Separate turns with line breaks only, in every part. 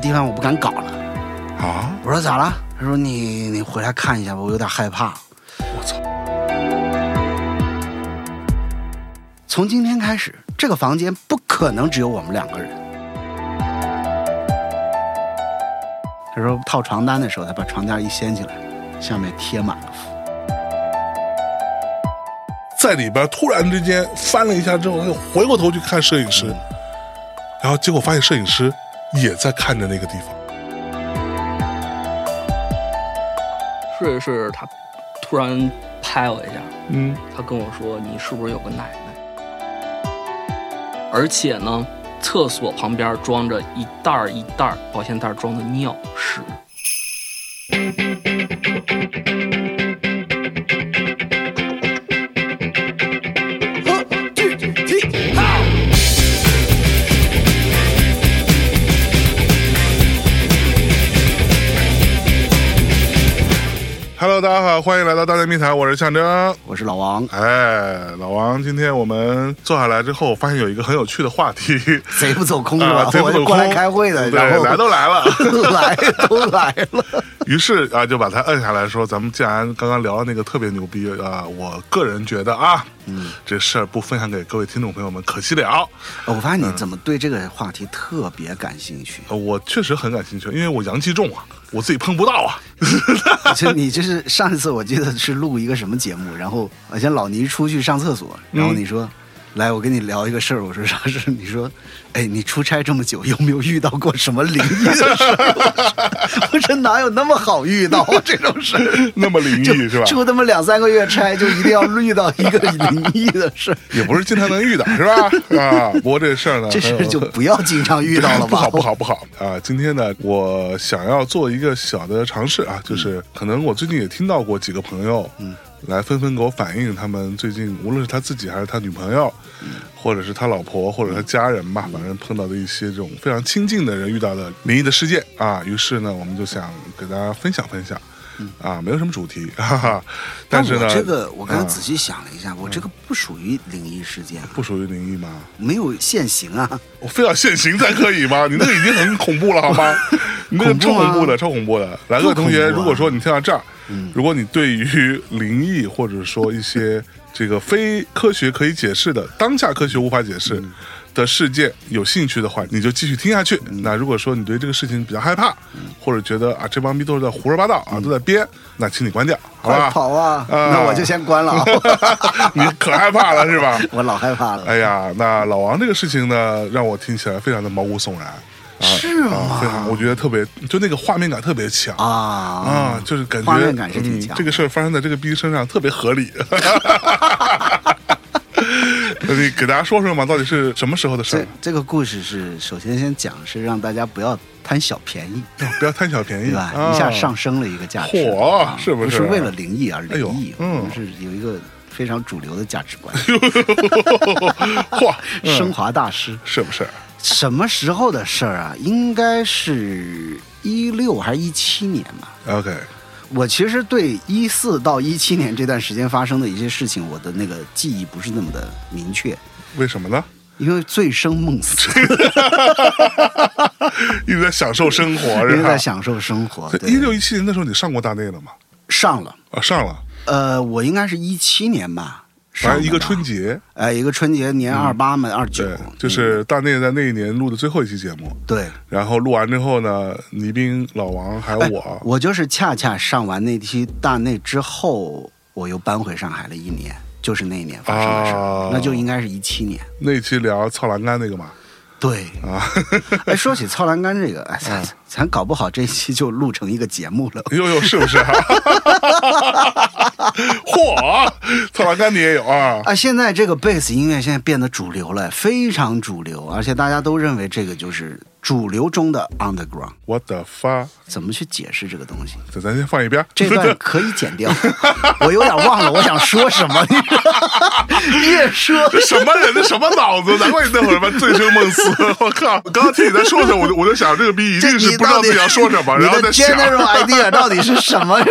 地方我不敢搞了。
啊！
我说咋了？他说你你回来看一下吧，我有点害怕。
我操！
从今天开始，这个房间不可能只有我们两个人。他说套床单的时候，他把床单一掀起来，下面贴满了符。
在里边突然之间翻了一下之后，他就回过头去看摄影师，然后结果发现摄影师也在看着那个地方。
试一试，他突然拍我一下，
嗯，
他跟我说：“你是不是有个奶奶？”而且呢，厕所旁边装着一袋儿一袋儿保鲜袋儿装的尿屎。
Hello，大家好，欢迎来到大内密谈，我是象征。
我是老王，
哎，老王，今天我们坐下来之后，发现有一个很有趣的话 题。
贼不走空
啊
了，，
贼不
我
走
就
空
过来开会的，
对，
然后
来都来了。
来都来了。
于是啊，就把它摁下来说，咱们既然刚刚聊的那个特别牛逼啊，我个人觉得啊，嗯，这事儿不分享给各位听众朋友们可惜了。
我发
嗯
现你怎么对这个话题特别感兴趣？
呃我确实很感兴趣，因为我阳气重啊，我自己碰不到啊。
就你就是上一次我记得是录一个什么节目，然后好像老倪出去上厕所，然
嗯
后你说。来，我跟你聊一个事儿。我说啥事儿？你说，哎，你出差这么久，有没有遇到过什么灵异的事儿？ 我说我说哪有那么好遇到啊这 种事儿？
那么灵
就
异是吧？
出他妈两三个月差，就一定要遇到一个灵异的 事儿，
也不是经常能遇到是吧？啊，不过这事儿呢，
这事
很
儿
有
就不要经常啊遇到了吧？
哎 不好不好不好啊！今天呢，我想要做一个小的尝试
嗯
啊，就是可能我最近也听到过几个朋友，嗯，来纷纷给我反映他们最近无论是他自己还是他女朋友，
嗯
或者是他老婆或者他家人吧，反正碰到的一些这种非常亲近的人遇到的灵异的事件啊。于是呢，我们就想给大家分享分享。啊，没有什么主题，哈哈，但是呢，
嗯我这个我刚
啊
刚仔细想了一下，我这个不属于灵异事件啊，
不属于灵异吗？
没有现行啊。
我非要现行才可以吗？你那个已经很恐怖了，好 吗？你那个超恐怖的，超恐怖的。来，各位同
啊
学，
不恐怖啊嗯
如果说你听到这儿，如果你对于灵异或者说一些这个非科学可以解释的、当下科学无法解释
嗯
的事件有兴趣的话，你就继续听下去。
嗯
那如果说你对这个事情比较害怕，或者觉得啊这帮逼都是在胡说八道啊，都在编，那请你关掉，好
嗯快
吧？
跑啊！
啊
那我就先关了 啊，
你可害怕了是吧？
我老害怕了。
哎呀，那老王这个事情呢，让我听起来非常的毛骨悚然，啊、
是吗
啊？非常，我觉得特别，就那个画面感特别强。
啊
啊，就是感觉
画面感是挺强
嗯，这个事儿发生在这个逼身上特别合理。 那你给大家说说嘛，到底是什么时候的事
这
儿？
这个故事是，首先先讲是让大家不要贪小便宜，
哦不要贪小便宜，
对吧？
啊
一下 上升了一个价值，
嚯
啊
是不
不
是
是为了灵异而灵异，
哎呦嗯
我们是有一个非常主流的价值观。
嚯， 嗯
升华大师，
是不是？
什么时候的事儿啊？应该是一六还是一七年吧？
OK，
我其实对一四到一七年这段时间发生的一些事情，我的那个记忆不是那么的明确，
为什 么呢？
因为醉生梦 死，
啊一直在享受生活，
因为
是
在
吧？
享受生活。对
一六一七年的时候，你上过大内了吗？
上了，
啊，上了，
呃，我应该是一七年吧，上
反
了吧
正一个春，节，
呃，一个春节年二八嘛，二九
对，，
嗯
就是大内在那一年录的最后一期节目，
对。
然后录完之后呢，倪斌、老王还有
哎
我，
我就是恰恰上完那期大内之后，我又搬回上海了一年，就是那一年发生的事儿，
啊
那就应该是一七年。
那期聊操栏杆那个嘛，
对，
啊，
哎，说起操栏杆这个，哎，
嗯
咱咱搞不好这一期就录成一个节目了。
呦呦，是不是、啊？ 嚯，操栏杆你也有啊？
啊，现在这个贝斯音乐现在变得主流了，非常主流，而且大家都认为这个就是主流中的 underground。
我的发，
怎么去解释这个东西？
咱咱先放一边。
这段可以剪掉，我有点忘了我想说什么， 你知道吗越说
这 什么人？这什么脑子？难怪你那会儿他妈醉生梦死！我靠！我刚刚听你在说什么，我就我就 想这个逼一
这
定是
你
不知道
到
自
底
己要说什么，
你
然后
的
再想
general idea 到底是什么？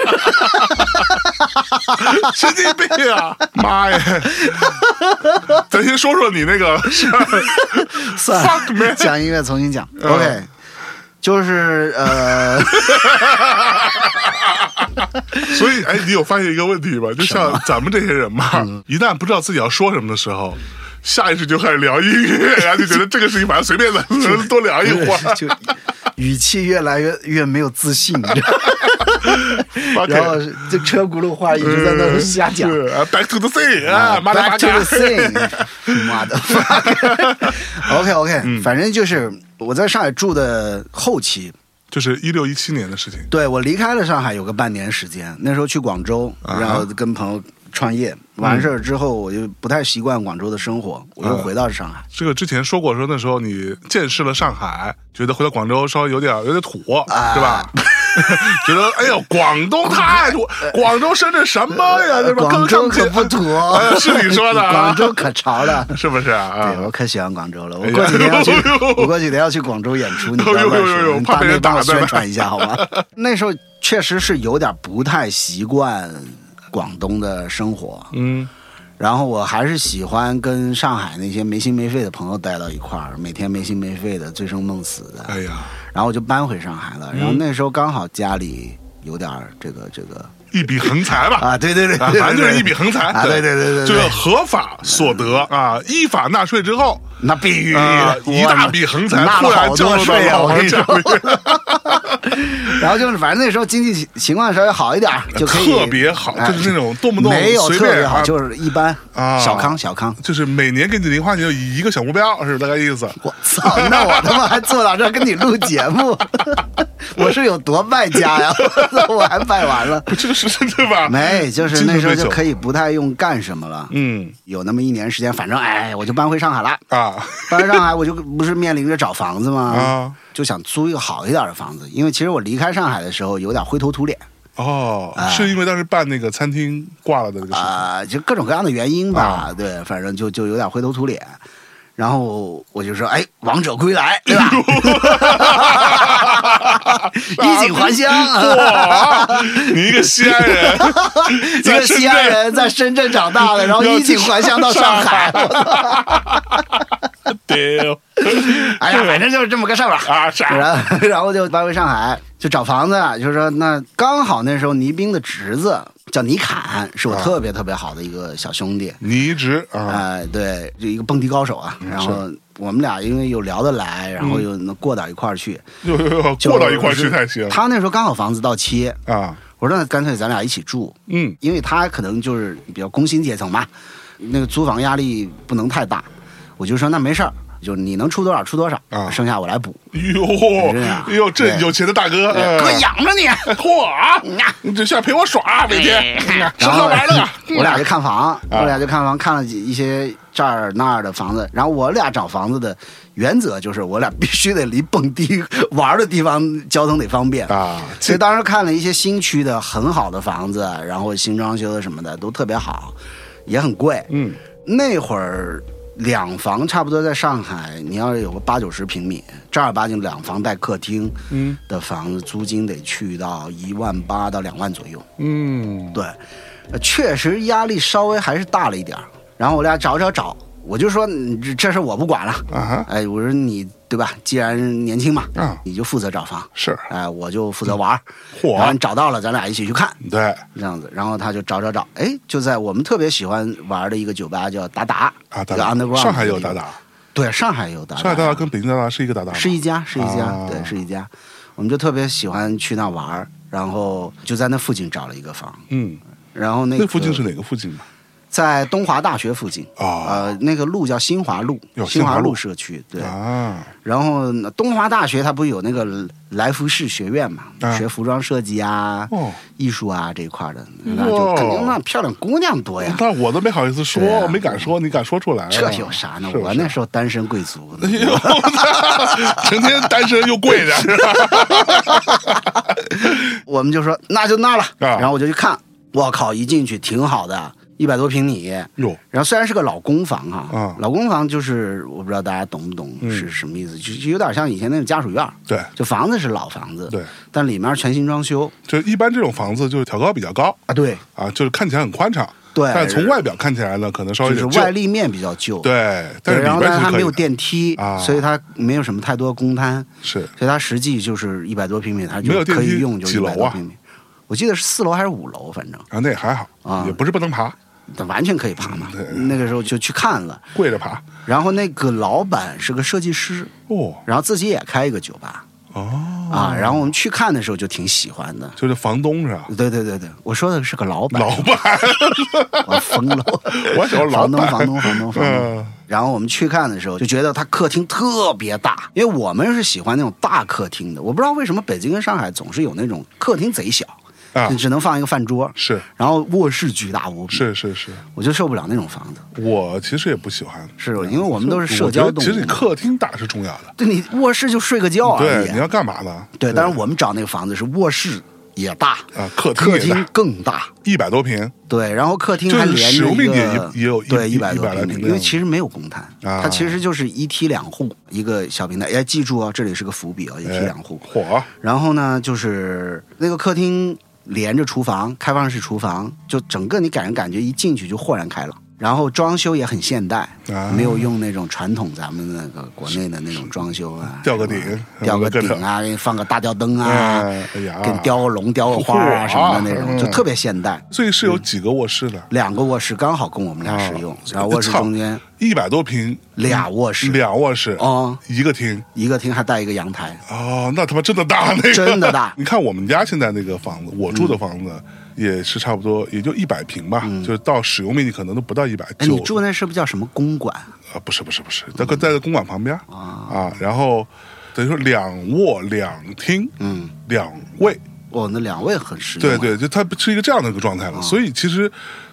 神经病 啊！妈呀！咱 先说说你那个事儿。
算了
Fuck, man，嗯
讲音乐重新讲。OK，就是呃，
所以，哎，你有发现一个问题吧？就像咱们这些人吧，
嗯
一旦不知道自己要说什么的时候，下意识就开始聊音乐，然后就觉得这个事情反正随便的， 多聊一会儿。
就语气越来越越没有自信，你知 道吗
OK
然后就车轱辘话一直在那儿瞎讲。
是啊，Back to the sea 啊，妈的妈
Back to the
的，
thing，妈 的，OK
嗯
OK，反正就是我在上海住的后期，
就是一六一七年的事情。
对我离开了上海有个半年时间，那时候去广州，
啊嗯
然后跟朋友创业，完事儿之后我就不太习惯广州的生活，我又回到上海。
这个之前说过，说那时候你见识了上海，觉得回到广州稍微有点有点土，
啊
对吧？ 觉得哎呦，广东太 土，广州、深圳什么呀？对吧？
呃广州
更
可
上
不土哦，
哎呀是你说的啊
广州可潮了。
是不是啊？
对，我可喜欢广州了。我
哎呀
过几天要去
哎呦，
我过几天要去广州演出，你不要
哎呦
乱
哎呦哎
说，
呦
你
怕
大
被人
内帮我
打对吧
宣传一下好吗？ 那时候确实是有点不太习惯广东的生活，
嗯，
然后我还是喜欢跟上海那些没心没肺的朋友待到一块儿，每天没心没肺的醉生梦死的。
哎呀，
然后我就搬回上海了。然
嗯
后那时候刚好家里有点儿这个这个
一笔横财吧。
啊，对对对，
啊，
对
反正就是一笔横财，
啊，对对对对，对
就是合法所得啊，依法纳税之后
那必须
啊
哎的，
一大笔横财
纳
突
了
然
好
降
多
落到
税啊！
老
我跟
王
你
家
说，
里，
然后就是反正那时候经济情况稍微好一点儿，就可以
特别好，
哎
就是那种动不动
没有
随
特别
便
好，
啊，
就是一般
啊
小康小康。
就是每年给你零花钱就一个小目标，是大概意思。
我操！那我他妈还坐到这儿跟你录节目， 我是有多败家呀？ 我还败完了。
不，这个是 真的吧？
没，就是那时候就可
以，
以不太用干什么了。
嗯
有那么一年时间，反正哎，我就搬回上海了。
啊，
搬回上海，我就不是面临着找房子吗？
啊
就想租一个好一点的房子，因为其实我离开上海的时候有点灰头土脸
哦，是因为当时办那个餐厅挂了的那个事情，
啊、就啊各种各样的原因吧。对，反正就就有点灰头土脸。然后我就说，哎，王者归来，对吧？ 衣锦还乡，啊
哇，你一个西安人，
一个西安人在深圳长大的，然后衣锦还乡到上海。
对
哎呀，反正就是这么个事儿吧。
啊，啥？
然后，然后就搬回上海，就找房子，啊就是说那刚好那时候倪兵的侄子叫倪侃，是我
啊
特别特别好的一个小兄弟，
你一直
哎、
啊，嗯
对，就一个蹦迪高手啊。然后我们俩因为又聊得来，然后又能过到一块儿去，
又又又
就
嗯过到一块儿去
是
才行
他那时候刚好房子到期，
啊，
我说那干脆咱俩一起住，
嗯
因为他可能就是比较工薪阶层嘛，那个租房压力不能太大。我就说那没事儿，就是你能出多少出多少，
啊
剩下我来补，
哟
这样
哟，这
对
有钱的大哥，
哥
哎
养着你。
嚯啊！
嗯
你这下陪我耍啊每天，嗯 吃喝玩乐，啊
嗯我俩就看房，
嗯
我俩就看房，看了几一些这儿那儿的房子。然后我俩找房子的原则就是，我俩必须得离蹦迪 玩的地方交通得方便。
啊，
所以当时看了一些新区的很好的房子，然后新装修的什么的都特别好，也很贵。
嗯，
那会儿两房差不多在上海，你要是有个八九十平米，正儿八经两房带客厅，
嗯
的房子租金得去到一万八到两万左右。
嗯，
对，呃确实压力稍微还是大了一点儿。然后我俩找找找，我就说嗯这这事儿我不管了。
啊哈
哎，我说你对吧？既然年轻嘛，
嗯
你就负责找房，
是
哎，我就负责玩儿。
嚯
然后你找到了，咱俩一起去看，
对
这样子。然后他就找找找，哎，就在我们特别喜欢玩的一个酒吧叫达达
啊，
这
达
个
达，
underground
上海有
的
达
地方，
达，
对，上海也有达达，
上海达达跟北京达达是一个达达吗，
是一家，是一家，
啊
对，是一家。我们就特别喜欢去那玩儿，然后就在那附近找了一个房，
嗯，
然后那
那附近
个
是哪个附近嘛？
在东华大学附近
啊
呃，那个路叫新华路
有，
新
新华路
路社区对。
啊，
然后呢东华大学它不是有那个来福士学院嘛，
啊
学服装设计啊、
哦
艺术啊这一块的，
哟
那就肯定那漂亮姑娘多呀。
但我都没好意思说，
对啊
我没敢说，你敢说出来啊？
这有啥呢？
是不
我
是
那时候单身贵族，
哎呦， 成天单身又跪着，是吧？
我们就说那就那了。
啊
然后我就去看，我靠，一进去挺好的，一百多平米。
哟，
然后虽然是个老公房哈、
啊嗯
老公房就是我不知道大家懂不懂是什么意思，就就有点像以前那种家属院儿，
对
就房子是老房子，
对，
但里面全新装修
就一般这种房子就是挑高比较高
啊，对
啊，就是看起来很宽敞，
对，
但从外表看起来呢，可能稍微
就
有
是
点
外
旧
立面比较旧，
对，
对，
但是
然
里
后
边
但
是
是它
可
没
以
有
的
电梯
啊，
所以它没有什么太多公摊，
是
所以它实际就是一百多平米，它
没
就
有电
可以
梯
用就
几
一百
楼
多
啊
平米。我记得是四楼还是五楼，反正
啊，那也还好，
啊
也不是不能爬，
但完全可以爬嘛
嗯。对
那个时候就去看了，
跪着爬。
然后那个老板是个设计师，
哦
然后自己也开一个酒吧
哦，
啊。然后我们去看的时候就挺喜欢的。
就是房东是吧？
对对对对，我说的是个老板，
老板，
我啊疯了，
我想老
房东
板
房东房东房东
嗯。
然后我们去看的时候就觉得他客厅特别大，因为我们是喜欢那种大客厅的。我不知道为什么北京跟上海总是有那种客厅贼小，
啊
就，只能放一个饭桌，
是
然后卧室巨大无比，
是是是，
我就受不了那种房子。
我其实也不喜欢，
是因为我们都是社
啊我觉
交
得
动
其实
物
你，客厅大是重要的，
对你卧室就睡个觉而
对，
已
你。要干嘛呢？
对，但是我们找那个房子是卧室也大，
啊，客
客
也
厅
大，啊
更大，
一百多平
对，然后客厅
就
还
是
连
使
着
用
一
面积
个
也也有一
对
一
一百多
100来
平
平
米，
的
因
样
为
子
其实没有公摊，
啊
它其实就是一梯两户一个小平台。要记住啊，这里是个伏笔啊，一
哎
梯两户。
火，
然后呢，就是那个客厅连着厨房，开放式厨房，就整个你感觉感觉一进去就豁然开朗。然后装修也很现代，
啊
没有用那种传统咱们那个国内的那种装修啊，
吊个
什么
顶
吊个
各种
顶啊，给你放个大吊灯啊，
哎 哎呀，
给你雕个龙、雕个花
嚯
啊什么的那
嗯
种，就特别现代。
所以
嗯
是有几个卧室的，
两个卧室刚好供我们俩使用，
啊
然后卧室中间
一百多平，
俩卧室，
嗯俩卧室，
嗯哦，
一个厅。
一个厅还带一个阳台，
哦，那他妈真的 大，那个
真的大 嗯
你看我们家现在那个房子，我住的房子也是差不多，也就一百平吧，就是到使用面积可能都不到一百。
哎，你住嗯那是不是叫什么公馆？
啊？不是不是不是，在在公馆旁边啊，然后等于说两卧两厅，
嗯，
两卫，
哦，那两啊位很实用、啊
对，对，就它是一个这样的一个状态了。所以其实，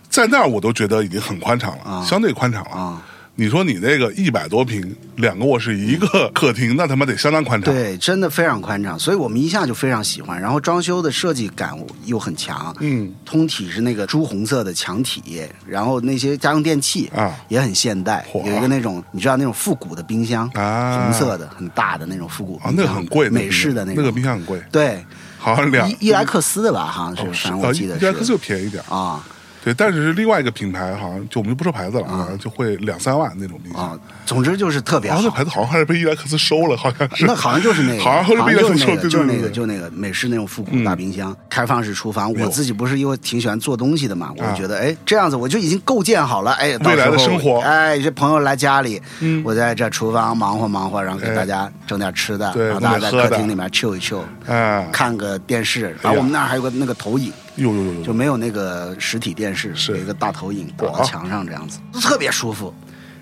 在那儿我都觉得已经很宽敞了，相对宽敞了。
啊、
你说你那个一百多平，两个卧室一个客厅，那他妈得相当宽敞。
嗯对，真的非常宽敞，所以我们一下就非常喜欢。然后装修的设计感又很强，
嗯，
通体是那个朱红色的墙体，然后那些家用电器
啊
也很现代，
嚯
有一个那种你知道那种复古的冰箱，
啊
红色的很大的那种复古
啊，
冰
那个
箱
很贵，
美式的
那
那
个
种，
那个冰箱很贵。
对，
好像两
伊伊莱克斯的吧，好像
哦
是，
是
反正
啊
我记
伊
得
伊莱克斯
是
就便宜点儿
啊
对，但是是另外一个品牌，好像就我们就不说牌子了啊，就会两三万那种冰箱。
啊，总之就是特别
然后啊那
好。
牌子好像还是被伊莱克斯收了，好像是。
那好像就是那个，
好像后来嗯被伊莱克
就
斯
是
收
那
了，
个，
对
就是
对
那个，
对对。
就是那个美式那种复古大冰箱，开放式厨房。
呦
我自己不是因为挺喜欢做东西的嘛，
啊
我觉得哎这样子我就已经构建好了，哎，到
未来的
时候
生活
哎，这朋友来家里
嗯，
我在这厨房忙活忙活，然后给
哎
大家整点吃的，
对
然后大家在
弄点喝
客
的
厅里面 chill 一 chill，
哎，
看个电视。然
哎呀
后我们那儿还有个那个投影，
呦呦呦
就
呦，
没有那个实体电视，
是
有一个大投影打
哇
到墙上这样子，特别舒服。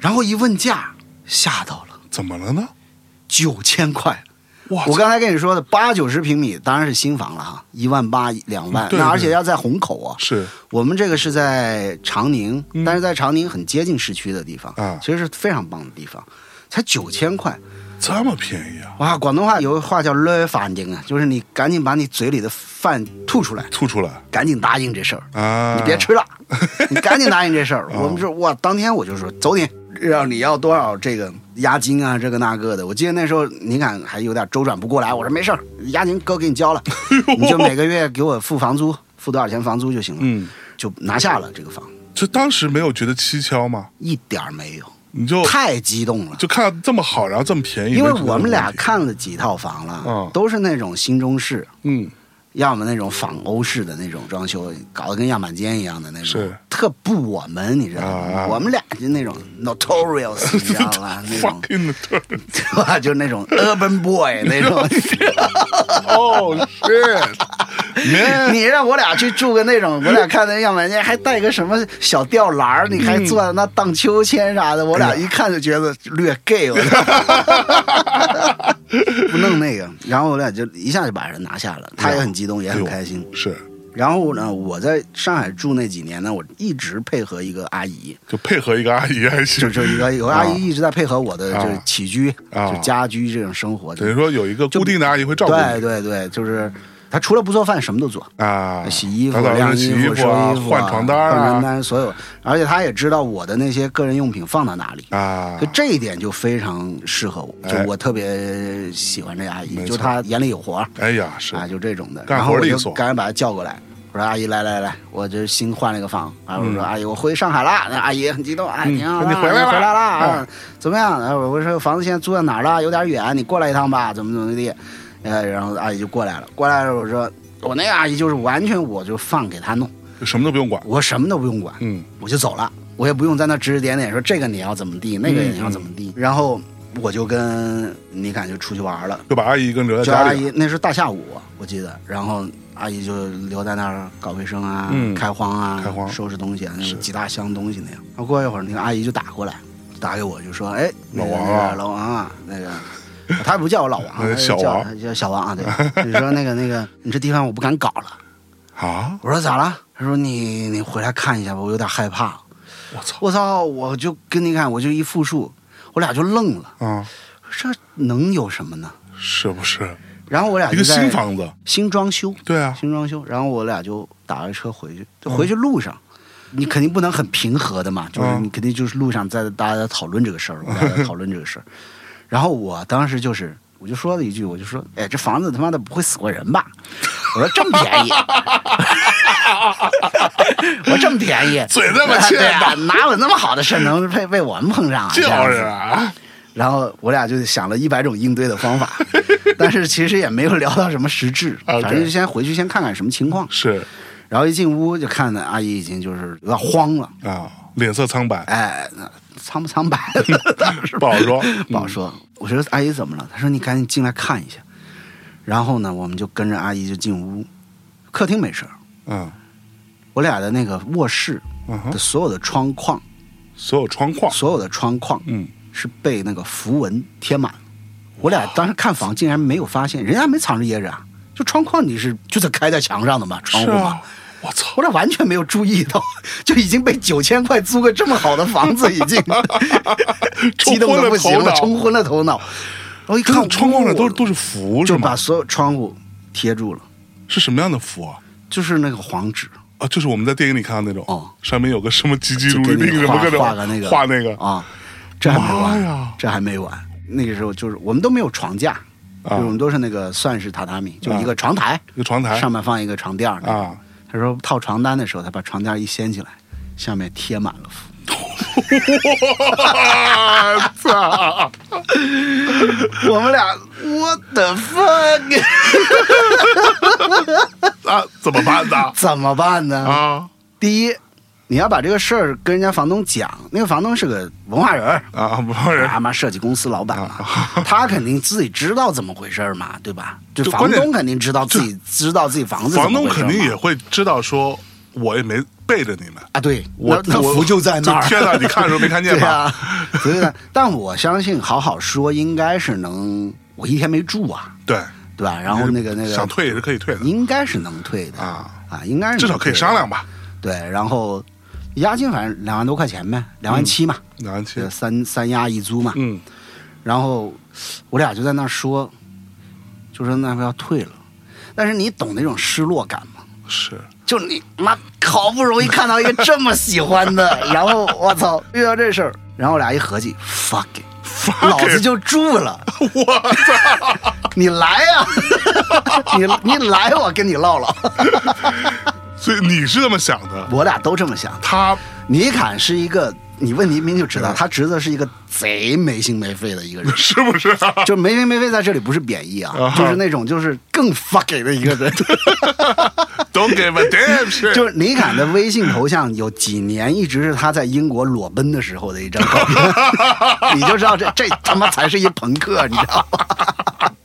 然后一问价，吓到了
怎么了呢？
九千块。
哇，
我刚才跟你说的八九十平米当然是新房了哈，一万八两万，
嗯对
那
对
而且要在虹口啊。
是
我们这个是在长宁
嗯，
但是在长宁很接近市区的地方
啊
其实是非常棒的地方，才九千块。
这么便宜啊！
哇，广东话有个话叫“勒反应”啊，就是你赶紧把你嘴里的饭吐出来，
吐出来
赶紧答应这事儿。
啊！哦
你别吃 了，你赶紧答应这事儿。我们说哇，当天我就说走你，让你要多少这个押金啊，这个那个的。我记得那时候你看还有点周转不过来，我说没事儿，押金哥给你交 了，
哎
你就每个月给我付房租，付多少钱房租就行了，
嗯，
就拿下了这个房，
就当时没有觉得蹊跷吗？
一点儿没有，
你就
太激动了。
哦就看到这么好，然后这么便宜，
因为
没觉得
我们
有
俩
问题
看了几套房了
嗯，
都是那种新中式，
嗯
要么那种仿欧式的那种装修，搞得跟样板间一样的那种，
是
特不我们，你知道吗？
啊
我们俩就那种 notorious，你知道吗？那种
，fucking
对吧？ 就是那种 urban boy 那种。
哦 shit，man，
你让我俩去住个那种，我俩看那样板间还带个什么小吊篮儿你还坐在那荡秋千啥的，我俩一看就觉得略 gay 了。
嗯
不弄那个，然后我俩就一下就把人拿下了，他也很激动， 也
哎
很
呦
开心。
是
然后呢，我在上海住那几年呢，我一直配合一个阿姨，
就配合一个阿姨还
就
行，
就一个有个阿姨一直在配合我的
啊
就是起居，
啊
就家居这种生活。
等于说有一个固定的阿姨会照顾
对
你
对对，就是她除了不做饭什么都做，
啊，
洗衣服、
打扫卫
晾
生洗
衣服、收
啊，
衣服啊、
换床单儿
换床
啊
单所有，而且她也知道我的那些个人用品放到哪里。
啊
就，这一点就非常适合我，就
哎
我特别喜欢这阿
没
姨，就
错
她眼里有活儿
哎呀是
啊，就这种的。
干
然后
活
我
利
就
索
赶紧把她叫过来，我说阿姨来来来，我这新换了一个房啊。我说阿姨，我回上海啦。那阿姨很激动，哎，
嗯
你好
说
啊，
你回来了
回来啦，
哎
啊怎么样？然后我说房子现在租在哪儿了？有点远，你过来一趟吧，怎么怎么地。呃，然后阿姨就过来了，过来了，我说我那个阿姨就是完全我就放给她弄，
就什么都不用管。
我什么都不用管，
嗯，
我就走了，我也不用在那指指点点说这个你要怎么地，那个你要怎么地。
嗯
然后我就跟妮侃就出去玩了。
就把阿姨一个人留在
就
家
阿
里了。
姨那是大下午，我记得，然后阿姨就留在那儿搞卫生啊、
嗯
开荒啊、
开荒
收拾东西啊，那
是
个几大箱东西那样。然后过一会儿，那个阿姨就打过来，打给我就说：“哎，那个
老王啊
那个老王啊，那个。”他不叫我老王，
那
他
小
就叫
王
他叫小王啊，对，就说那个那个，你这地方我不敢搞了。
啊，
我说咋了？他说你你回来看一下吧，我有点害怕。
我操
我操！我就跟你看，我就一复述，我俩就愣了，
啊，
这能有什么呢？
是不是
然后我俩
一
就
个
哎在
新房子？
新装修，
对啊，嗯
新装修，然后我俩就打了车回去，就回去路上。你肯定不能很平和的嘛，就是
嗯
你肯定就是路上在大家在讨论这个 事儿，我俩在讨论这个事儿。然后我当时就是，我就说了一句，我就说，哎，这房子他妈的不会死过人吧？我说这么 便宜，我说这么便宜，
嘴那么欠
对啊
打，
哪有那么好的事能被被我们碰上啊？
就
这样
是
子
啊，
然后我俩就想了一百种应对的方法， 但是其实也没有聊到什么实质，
OK
反正就先回去先看看什么情况。
是
然后一进屋就看到阿姨已经就是有点慌了，
啊，脸色苍白，
哎，那苍不苍白的 当时
不好说，嗯
不好说。我说阿姨怎么了？她说你赶紧进来看一下。然后呢，我们就跟着阿姨就进屋，客厅没事儿，
嗯。
我俩的那个卧室
嗯哼
的，所有的窗框，
所有窗框，
所有的窗框
嗯，
是被那个符文贴满了。我俩当时看房，竟然没有发现，人家没藏着掖着啊，就窗框你是 就得开在墙上的嘛，窗
是
户嘛。
啊，我操，
哦我俩完全没有注意到， 就已经被九千块租个这么好的房子，已经 激动的不行了，
冲
冲昏了头脑。我一
真的
看
窗框上都
哦
都是符是
就
吗
把？所有窗户贴住了，
是什么样的符啊？
就是那个黄纸，
啊，就是我们在电影里看到那种，
哦
上面有个什么急急
就
如
给
律令
你
什么
画
各种
画个那个
画那个
啊，这还没
妈呀
完，这还没完。那个时候就是我们都没有床架，
啊
就是我们都是那个算是榻榻米，就一个床台，
一个床台
上面放一个床垫儿那个
啊，
他说套床单的时候，他把床垫一掀起来，下面贴满了 符。
我操！
我们俩，what the fuck，
啊，怎么办呢？
怎么办呢？
啊
第一，你要把这个事儿跟人家房东讲，那个房东是个文化人儿。
啊，不让人
他妈设计公司老板嘛，他肯定自己知道怎么回事儿嘛，对吧？就
啊就
房
关键
东肯定知道自己知道自己房子怎
房
么
东
回事儿
肯
嘛，
定也会知道，说我也没背着你们，
啊，对，
我
那那
我
福就在那儿。
天哪，你看的时候没看 见
对
吧？
啊，所以呢，但我相信好好说应该是能，我一天没住啊，
对，
对吧？然后那个那个
想退也是可以退的
应该是能退的
啊，
啊，应该是
至少可
能退
以
的
商。量吧。
对，然后押金反正两万多块钱呗，两万七嘛，
两万七
就，三三押一租嘛。
嗯，
然后我俩就在那儿说，就说那要不要退了？但是你懂那种失落感吗？
是
就你妈好不容易看到一个这么喜欢的， 然后我操遇到这事儿，然后我俩一合计，fuck it，
Fuck
老子
it
就住了，
我操！
你来 呀、你你来，我跟你唠 唠。
所以你是这么想的，
我俩都这么想。
他
倪侃是一个，你问倪斌就知道，
嗯。
他侄子是一个贼没心没肺的一个人
是 不是啊？
就是没心没肺在这里不是贬义啊
啊，
就是那种就是更 fuck it 的一个 人，
Don't give a damn shit。
就是李侃的微信头像有几年一直是他在英国裸奔的时候的一张照 片，你就知道这这他妈才是一朋克，你知道吗？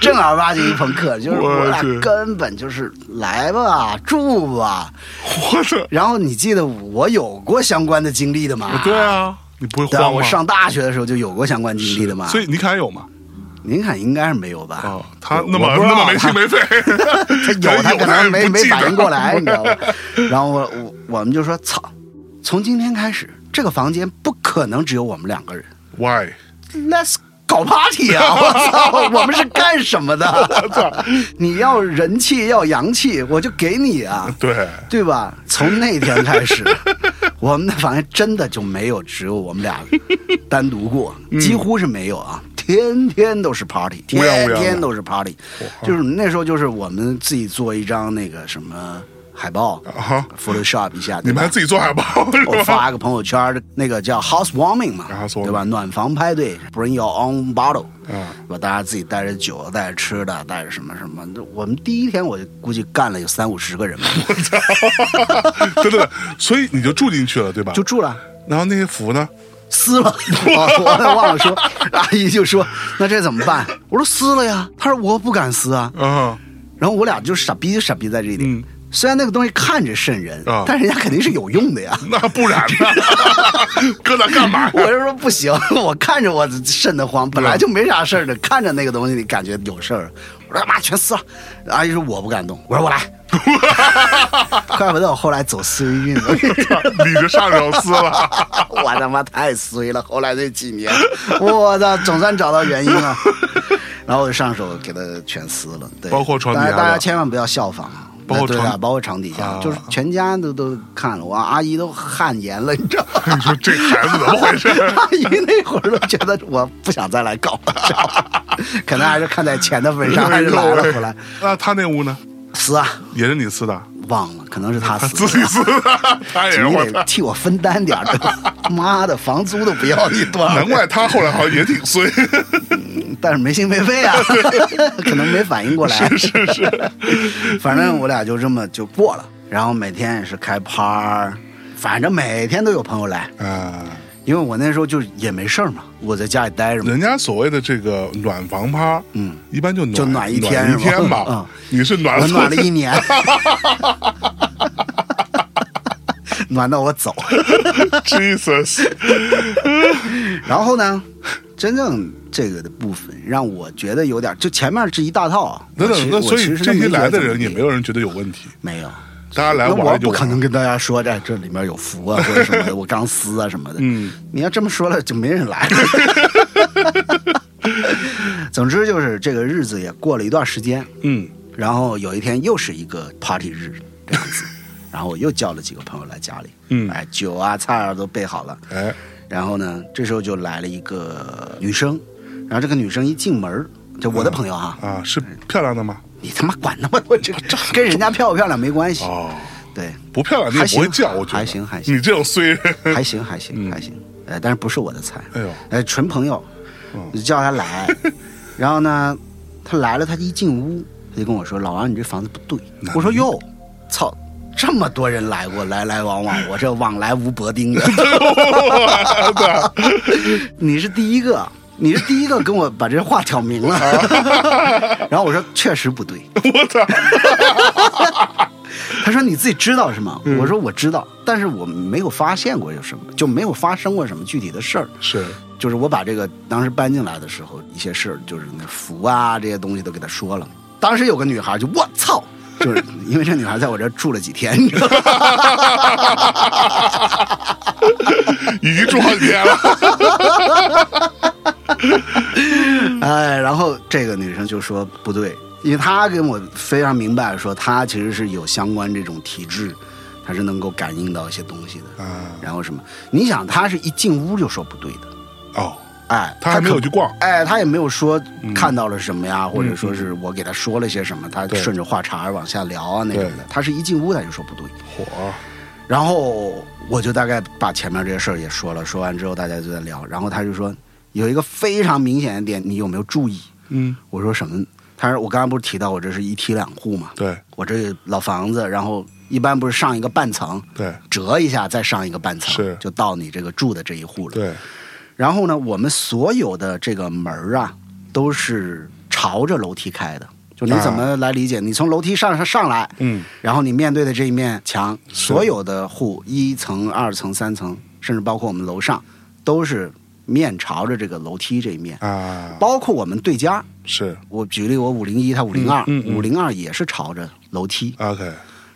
正儿八经一朋克，就是我俩
我去
根本就是来吧住吧。
我操！
然后你记得我有过相关的经历的吗？
对啊，你不会
对啊，
慌吗？
我上大学的时候就有过相关经历的嘛。
所以你看有吗？
您看应该是没有吧？
哦，他
我
那么
我不知
那
道啊
么没心没肺，
他有他可能没
也不
没
记得
反应过来，你知道吗？然后我我我们就说操，从今天开始，这个房间不可能只有我们两个人
Why？
，Let's 搞 party 啊！ 我操，我们是干什么的？你要人气要洋气，我就给你啊，
对，
对吧？从那天开始， 我们的房间真的就没有只有我们 俩单独过，几乎是没有啊。天天都是 party，
嗯乌泱乌泱的
天天都是 party，就是那时候就是我们自己做一张那个什么海报
啊哈，
，Photoshop 一下，
你
对吧
们还自己做海报是
我
吧？
发个朋友圈，那个叫 Housewarming 嘛
啊，，housewarming
对吧？暖房派对，Bring your own bottle，
啊，
对吧？大家自己带着酒，带着吃的，带着什么什么。我们第一天我就估计干了有三五十个人吧，
对对对，所以你就住进去了对吧？
就住了。
然后那些服呢？
撕 了，哦我我忘了说，阿姨就说：“那这怎么办？”我说：“撕了呀。”她说：“我不敢撕啊。
啊，”
然后我俩就傻逼就傻逼在这一点。
嗯
虽然那个东西看着瘆人，
啊
但人家肯定是有用的呀。
那不然呢？搁那干嘛
我
呀？
就说不行，我看着我瘆得慌，本来就没啥事儿的，看着那个东西你感觉有事儿。我说妈全撕了，阿姨说我不敢动， 我说我来。 怪不得我后来走私运了，
你就上手撕了，
我他妈太衰了。后来这几年，我操，总算找到原因了。然后我就上手给它全撕了，对，
包括床底下的
大家大家千万不要效仿啊，
包括
对啊
床
包括床底下，
啊
就是全家都都看了，我阿姨都汗颜了，你知道吗？
你说这孩 子怎么回事？
阿姨那会儿都觉得我不想再来搞了， 可能还是看在钱的份上，还是来了回来
哎那他那屋呢？
撕啊，
也是你撕的，
忘了，可能是他
他
撕
自
的，
己撕的， 他也是我
你得替我分担点儿，对吧妈的， 房租都不要你多少，
难怪他后来好像也挺 衰，
但是没心没 肺啊，可能没反应过来。是是是， 反正我俩就这么就过了，然后每天也是开趴儿，反正每天都有朋友来，
啊。
因为我那时候就也没事儿嘛，我在家里待着嘛，
人家所谓的这个暖房趴，
嗯，
一般就暖
就暖一天
暖一天
是吧
吧。你是暖
我
了
暖了一 年，暖到我走。
Jesus，
然后呢，真正这个的部分让我觉得有点，就前面是一大套啊，
等
我其
等，那
我
所以
其实
这
没
些
觉得
来的
怎么
人也
地
没有人觉得有问题，
没有。
大家来
那
玩
我
儿就
不可
玩儿
能跟大家说这这里面有符啊或者什么 的，我钢丝啊什么的。
嗯，
你要这么说了就没人来了。 总之就是这个日子也过了一段时间，
嗯，
然后有一天又是一个 party 日这样 子，然后我又叫了几个朋友来家里，
嗯
哎，酒啊菜啊都备好了，
哎，
然后呢，这时候就来了一个女生，然后这个女生一进门儿，就我的朋友哈、
啊，是漂亮的吗？
你他妈管那么多，这个跟人家漂不漂亮没关系，
哦，
对，
不漂亮你也
还
不
行
会叫，我觉得
还行还行
你这种衰人，
还行还行还行，呃，但是不是我的菜，
嗯哎呦嗯
呃，纯朋友，就叫他来， 然后呢，他来了，他一进屋，他就跟我说：“老王，你这房子不对。”
哪
我说：“哟，操，这么多人来过，来来往往，我这往来无薄丁 的， 你是第一个。”你是第一个跟我把这话挑明 了，然后我说确实不对，
我操，
他说：“你自己知道是吗？”
嗯
我说：“我知道，但是我没有发现过有什么，就没有发生过什么具体的事儿。
是
就是我把这个当时搬进来的时候一些事儿，就是那服啊这些东西都给他说了。当时有个女孩就我操，就是因为这女孩在我这儿住了几天，你知道吗？
已经住好几天了，
哎，然后这个女生就说不对，因为她跟我非常明白说，她其实是有相关这种体质，她是能够感应到一些东西的。
啊，
然后什么？你想，她是一进屋就说不对的，
哦，
哎，
他还没
可
有去逛，嗯
哎，他也没有说看到了什么呀，或者说是我给他说了些什么，他
对
顺着话茬儿往下聊啊那种
对
的。他是一进屋他就说不对，
火，
然后我就大概把前面这些事儿也说了，说完之后大家就在聊，然后他就说有一个非常明显的点，你有没有注意？
嗯，
我说什么？他说我刚刚不是提到我这是一梯两户嘛，
对
我这老房子，然后一般不是上一个半层，
对
折一下再上一个半层，
是
就到你这个住的这一户了。
对，
然后呢，我们所有的这个门儿啊，都是朝着楼梯开的。就你怎么来理解？你从楼梯上上上来，
啊嗯，
然后你面对的这一面墙，所有的户一层、二层、三层，甚至包括我们楼上，都是面朝着这个楼梯这一面，
啊，
包括我们对家。
是
我举例，我五零一，他五零二
嗯，嗯
五零二也是朝着楼梯，
OK，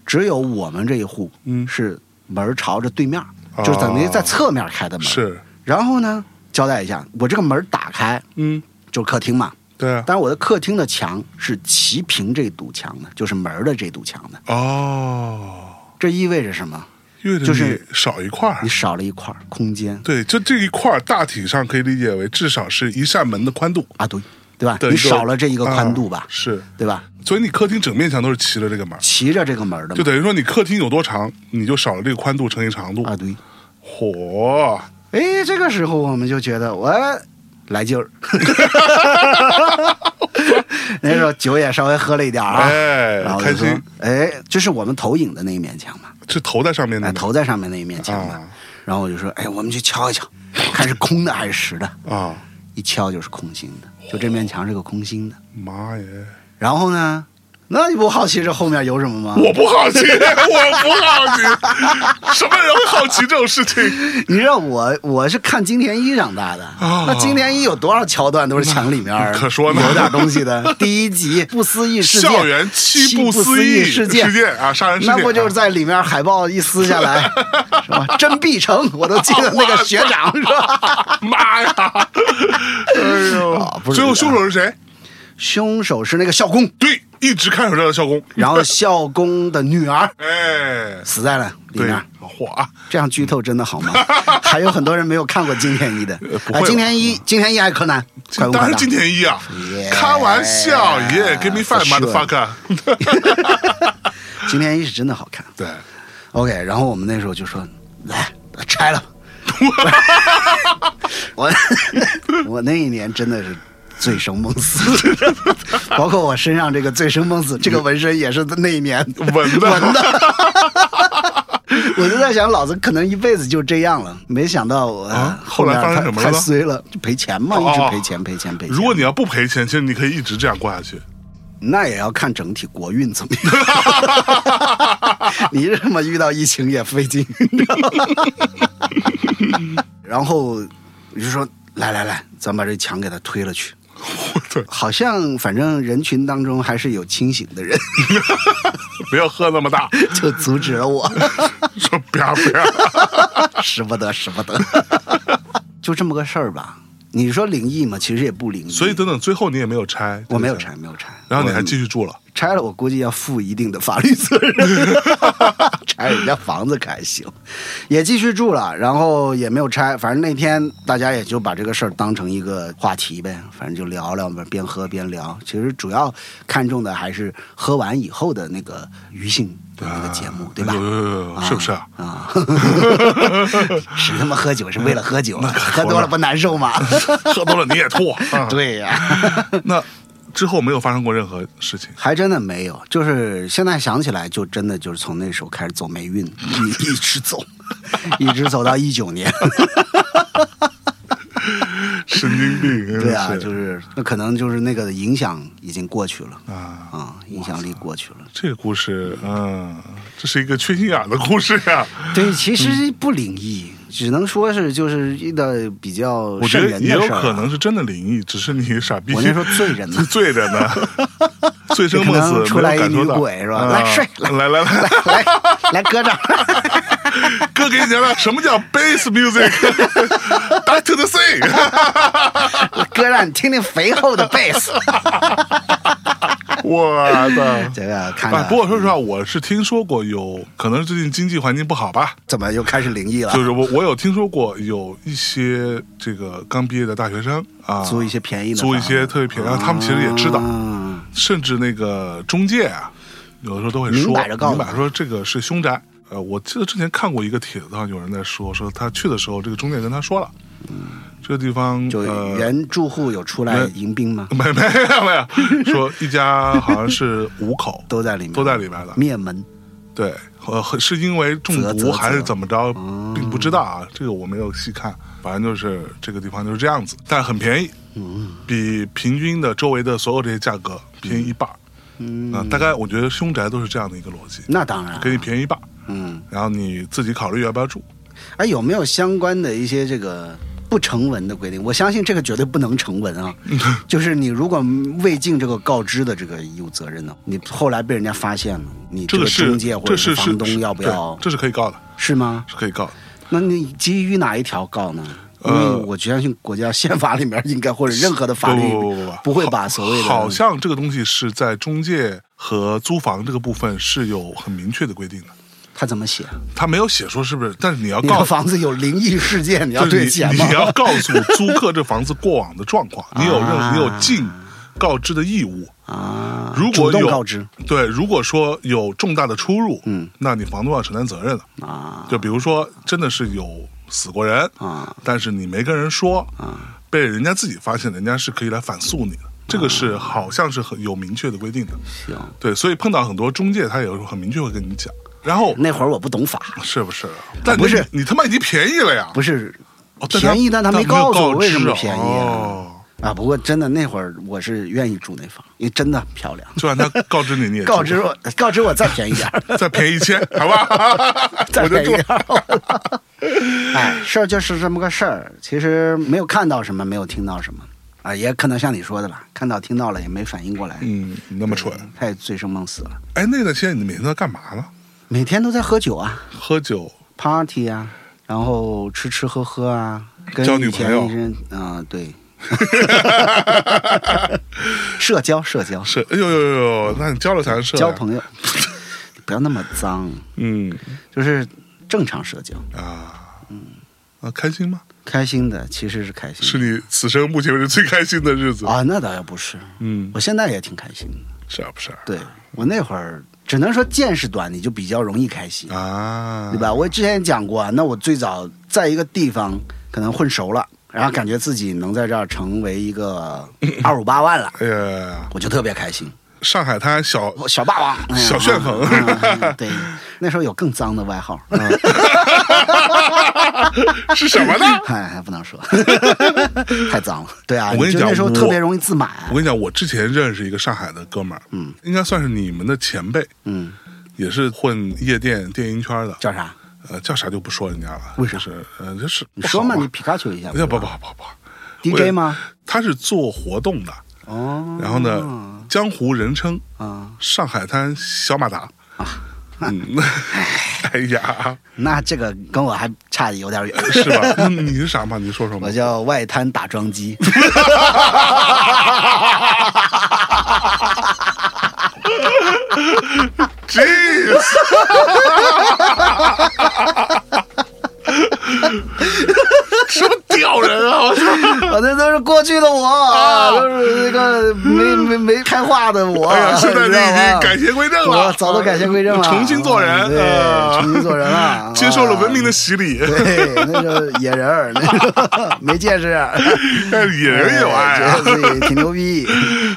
只有我们这一户
嗯哦
是门儿朝着对面，就是等于在侧面开的门。
是，
然后呢，交代一下，我这个门打开
嗯，
就是客厅嘛，
对啊，
但是我的客厅的墙是齐平这堵墙的，就是门的这堵墙的。
哦，
这意味着什么？
月
就
就是少一块儿
你。少了一块空间
对，就这一块儿大体上可以理解为至少是一扇门的宽度。
啊，对对吧？
的
你
一个
少了这一个宽度
啊
吧，
是，
对吧？
所以你客厅整面墙都是齐着这个门儿，
骑着这个门儿的嘛，
就等于说你客厅有多长，你就少了这个宽度乘以长度。
啊对。
嚯，
哎，这个时候我们就觉得我来 劲儿，那时候酒也稍微喝了一点儿啊，
哎
然后
开
就说
心，
哎，这是我们投影的那一面墙嘛，
是头在上面
哎，
的吗
投在上面那一面墙嘛，
嗯啊
然后我就说，哎，我们去敲一敲，看是空的还是实的，
啊！
一敲就是空心的，就这面墙是个空心的，
妈耶！
然后呢，那你不好奇这后面有什么吗？
我不好 奇，我不好奇，什么人会好奇这种事情？
你知道我我是看金田一长大的，
哦
那金田一有多少桥段都是墙里面
那可说呢
有点东西的。第一集不思议事件，
校园七不思议
事
事件啊杀人事件
那不就是在里面海报一撕下来， 是吧？真必成，我都记得那个学长是吧？
妈呀！哎呦，
啊不是
最后凶手是谁？
凶手是那个校工，
对，一直看守着的校工。
然后校工的女儿
哎，
死在了里
对
面。，
火啊！
这样剧透真的好 吗？还有很多人没有看过金田一的
呃不，会
哎，
吧
金田一，金田一还是柯南，快问
当
快
然
答
金田一啊
Yeah，
开玩笑耶
for
，Give me five
sure
motherfucker。
金田一是真的好看。
对，
OK，然后我们那时候就说，来拆了吧。 我我那一年真的是醉生梦死， 包括我身上这个醉生梦死这个纹身也是那一年
闻的
纹的。 我就在想，老子可能一辈子就这样了。没想到我、
啊
后
后来
面
发生
太
什么了
太
呢
衰了，就赔钱嘛，一
哦
直赔钱赔钱赔钱。
如果你要不赔钱，其实你可以一直这样过下去。
那也要看整体国运怎么样。 你这么遇到疫情也费劲， 你知道吗？然后我就说：“来来来，咱把这墙给它推了去。
我操”，
好像反正人群当中还是有清醒的人，
不要喝那么大，
就阻止了我，
说不要不要。
使不得，使不得。就这么个事儿吧。你说灵异嘛，其实也不灵异。
所以等等，最后你也没有拆，
我没有
对不
拆，
对。
没有拆。
然后你还
我
继续住了，
拆了，我估计要负一定的法律责任。 拆人家房子可还行，也继续住了，然后也没有拆。反正那天大家也就把这个事儿当成一个话题呗，反正就聊聊嘛，边喝边聊。其实主要看重的还是喝完以后的那个余兴的那个节目，对吧
啊有？有有有，是不是啊？
啊， 谁他妈喝酒是为了喝酒啊？喝
说
多了
呢
不难受吗？
喝多了你也吐。啊
对呀、
那之后没有发生过任何事情。
还真的没有，就是现在想起来，就真的就是从那时候开始走霉运，一一直走， 一直走到一九年。
神经病，真的
对啊，
是
就是那可能就是那个影响已经过去了
啊，
啊、影响力过去了。
这个故事，嗯，这是一个缺心眼儿的故事呀、
对，其实
嗯
不灵异，只能说是就是遇到比较
我觉
瘆
得
人
也
的
有
事儿、啊
可能。是真的灵异，只是你傻逼，
我那时 候醉着呢
醉着 呢，醉生梦
可能
死，
出
没
来一
有感受
女
到。
鬼是吧
啊
来睡
来来来来，
来来，哥这儿
哥给你讲讲什么叫 bass music，back to the sea。
哥让你听听肥厚的贝 斯。
我的。
这个看
啊
看，
不过说实话，我是听说过有，可能是最近经济环境不好吧，
怎么又开始灵异了？
就是我我有听说过有一些这个刚毕业的大学生啊，
租一些便宜的
租一
房
些
子
特别便宜，然后他们其实也知道，
嗯
甚至那个中介啊，有的时候都会说，
明摆着告诉
明摆说这个是凶宅。呃，我记得之前看过一个帖子上有人在说，说他去的时候，这个中介跟他说了，这个地方
就
呃
原住户有出来
人
迎宾吗？
没没有没有，说一家好像是 五口
都在里面，
都在里面的，
灭门。
对，呃，是因为中
啧啧
毒
啧
还是怎么着，
嗯
并不知道啊，这个我没有细看，反正就是这个地方就是这样子，但很便宜，
嗯
比平均的周围的所有这些价格便宜一半儿，
嗯，
啊，大概我觉得凶宅都是这样的一个逻辑，
那当然啊
给。你便宜一半儿，
嗯，
然后你自己考虑要不要住。
哎，有没有相关的一些这个不成文的规定？我相信这个绝对不能成文啊。
嗯
就是你如果未尽这个告知的这个义务责任呢，你后来被人家发现了，你
这
个
个是
中介或者
这是
房东
是
要不
对
要？
这是可以告的，
是吗？
是可以告的。
那你基于哪一条告呢？因
呃
为我相信国家 宪法里面应该或者任何的法律
不不不不不
不会把所谓的
好像这个东西是在中介和租房这个部分是有很明确的规定的，
他怎么写，啊
他没有写说是不是，但是你要
你的
告诉。
房子有灵异事件，你要
就是
对
你
钱吗？
你要告诉租客这房子过往的状况，你有任
啊
你有进告知的义务。
啊，
如
主
果
动
有
告知
对，如果说有重大的出入，
嗯，
那你房东要承担责任的。
啊
就比如说，真的是有死过人，
啊
但是你没跟人说，
啊
被人家自己发现，人家是可以来反诉你的。这个是好像是很有明确的规定的，
行。
对，所以碰到很多中介，他也会很明确会跟你讲。然后
那会儿我不懂法，
是不是？啊但
嗯
你
啊不是
你他妈已经便宜了呀！
不是
哦但他
便宜，但他
没
没告诉我
知
为什么
啊
便宜啊。
哦，
啊，不过真的那会儿我是愿意住那房，因为真的漂亮。
就让他告知你，你也
告知我，告知我再便宜点 儿，
再便宜一千，好吧？
再
我就
便宜
住
点。儿。 哎，事儿就是这么个事儿，其实没有看到什么，没有听到什么啊，也可能像你说的吧，看到听到了也没反应过来，
嗯，你那么蠢。
太醉生梦死了。
哎，那段时间你每天都干嘛呢？
每天都在喝酒啊
喝酒，
，party 啊，然后吃吃喝喝啊，跟
交女
以前
朋友
一些啊、对， 社交社交
是，哎呦呦呦呦，那你交了才社
交
呀
朋友，不要那么脏，
嗯
就是正常社交，
啊，啊，开心吗？
开心的其实是开
是
心的。
你此生目前为止最开心的日子。
啊，那倒也不是，
嗯，
我现在也挺开心的。
是啊，不是啊
对我那会儿只能说见识短，你就比较容易开心，
啊，
对？吧？我之前也讲过，啊那我最早在一个地方可能混熟了，然后感觉自己能在这儿成为一 个二五八万了，
哎呀，
我就特别开心，
上海滩小
我小霸王，哎呀
小旋风
嗯嗯嗯对，那时候有更脏的外号，
是什么呢？
哎，还不能说， 太脏了。对啊，
我跟你
就
讲
那时候
我
特别容易自满。
我跟你讲，我之前认识一个上海的哥们儿，
嗯，
应该算是你们的前辈，
嗯，
也是混夜店电音圈的，
叫啥？
呃，叫啥就不说人家了，
为啥
就是呃，就是
你
不
说
好
嘛，
吧
你皮卡丘一下。
要不
对
不
吧
不不不，
DJ 吗？
他是做活动的，
哦。
然后呢，江湖人称
啊，
上海滩小马达 嗯， 哎呀，
那这个跟我还差的有点 远。
是吧？ 那你是啥嘛？你说说嘛
我？叫外滩打桩机，
Jeez，什么屌人啊！ 我操！
我那都是过去的我，啊都是那个 没没没开化的我。啊
哎呀，现在
你
你
知道
已经
吗
改邪归正了，啊
我早都改邪归正了，啊
重新做人，
对，
呃
重新做 人了，
接受了文明
啊。
的洗 礼。
对，那个野人儿，那 个没见识，
但是野 人也有爱
哎
啊
觉！
哎
得自己挺牛逼，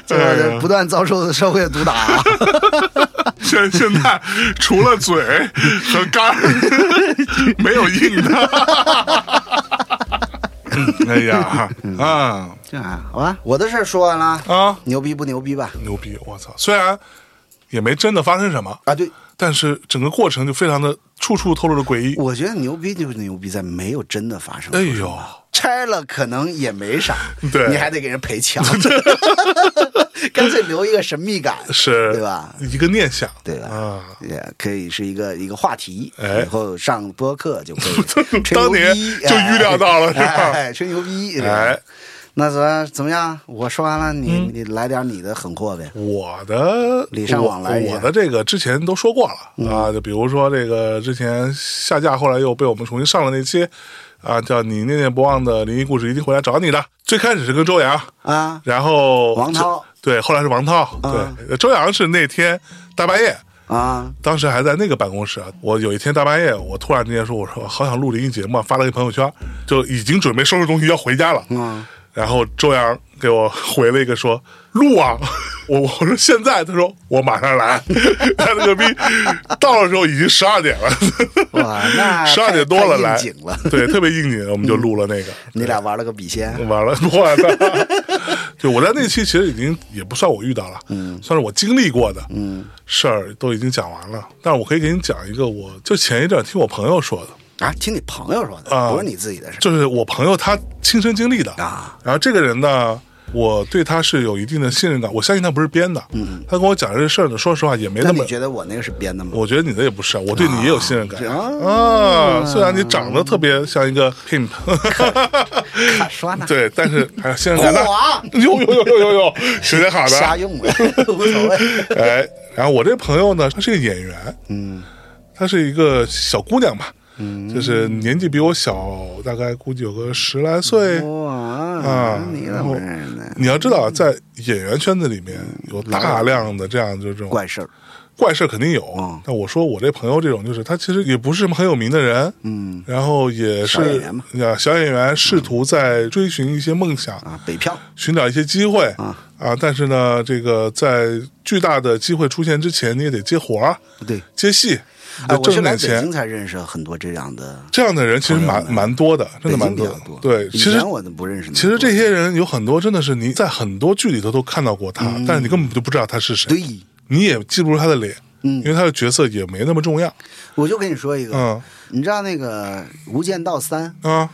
最后就不断遭受社会的毒 打。 啊
现现在除了嘴和肝儿， 没有硬的。嗯哎呀啊
这还好吧，我的事儿说完了，
啊！
牛逼不牛逼吧？
牛逼！我操！虽然也没真的发生什么，
啊，对，
但是整个过程就非常的处处透露着诡异。
我觉得牛逼就是牛逼在没有真的发生
哎，呦，
拆了可能也没啥，
对
你还得给人赔 钱，干脆留一个神秘感，
是
对吧？
一个念想，
对吧？
啊，
也可以是一个一个话题，
哎
以后上播客就可以吹
当
牛逼
年就预料到了
哎
是吧
哎，吹牛逼，对吧
哎，嗯
那怎么怎么样？我说完了，你你来点你的狠货呗。
我的
礼尚往来一嗯
我，
下
我的这个之前都说过了、啊，就比如说这个之前下架，后来又被我们重新上了那期啊，叫你念念不忘的灵异故事一定会来找你的。最开始是跟周洋，
啊，
然后
王涛嗯
对，后来是王涛，对，周洋是那天大半夜。
啊，
当时还在那个办公室，啊我有一天大半夜，我突然之间说，我说好想录灵异节目啊，发了一朋友圈，就已经准备收拾东西要回家了。
嗯，
然后周洋给我回了一个说录啊， 我我说现在，他说我马上来， 他那个逼到的时候已经十二点了，
哇，那
十二点多了
太
来
太应景了。，嗯
对，特别应景，我们就录了那个。
你俩玩了个笔仙，
完了，我操！啊 就我在那期其实已经也不算我遇到了，嗯，算是我经历过的，嗯，事儿都已经讲完了。但是我可以给你讲一个，我就前一阵听我朋友说的，
啊，听你朋友说的，
啊
不是你自己的事儿
就是我朋友他亲身经历的
啊。
然后这个人呢，我对他是有一定的信任感，我相信他不是编的，嗯，他跟我讲这事儿呢，说实话也没
那
那
你
么。
觉得我那个是编的吗？
我觉得你的也不是，啊我对你也有信任感
啊
啊虽然你长得特别像一个 pimp，
看刷呢，
对，但是还有信任感呢。
火啊
有有有有有有，学的好的，
瞎用呗， 无所谓。
哎，然后我这朋友呢，她是个演员，嗯，她是一个小姑娘吧，嗯，就是年纪比我小，大概估计有个十来岁，
哇，
啊
你怎
然
么
后
回事呢？
你要知道，啊在演员圈子里面有大量的这样就是这种
嗯怪事儿，
怪事儿肯定有
嗯。
那我说我这朋友这种，就是他其实也不是什么很有名的人，
嗯
然后也
小演
是
员嘛
啊小演员，试图在追寻一些梦想，
啊，北漂
寻找一些机会
啊，
啊。但是呢，这个在巨大的机会出现之前，你也得接活儿、
对，
接戏，
哎，
得
我是
挣
来
点
北
钱
京。才认识很多这样的，
这样的人其实
朋
蛮
友们
蛮多的，真的蛮
北京
的
比较多。
对，其
以
实
前我都不认识那么多。
其实这些人有很多真的是你在很多剧里头都看到过他，但是你根本就不知道他是谁，
嗯对，
你也记不住他的脸，
嗯
因为他的角色也没那么重要。
我就跟你说一个，
嗯
你知道那个《无间道三》，
啊，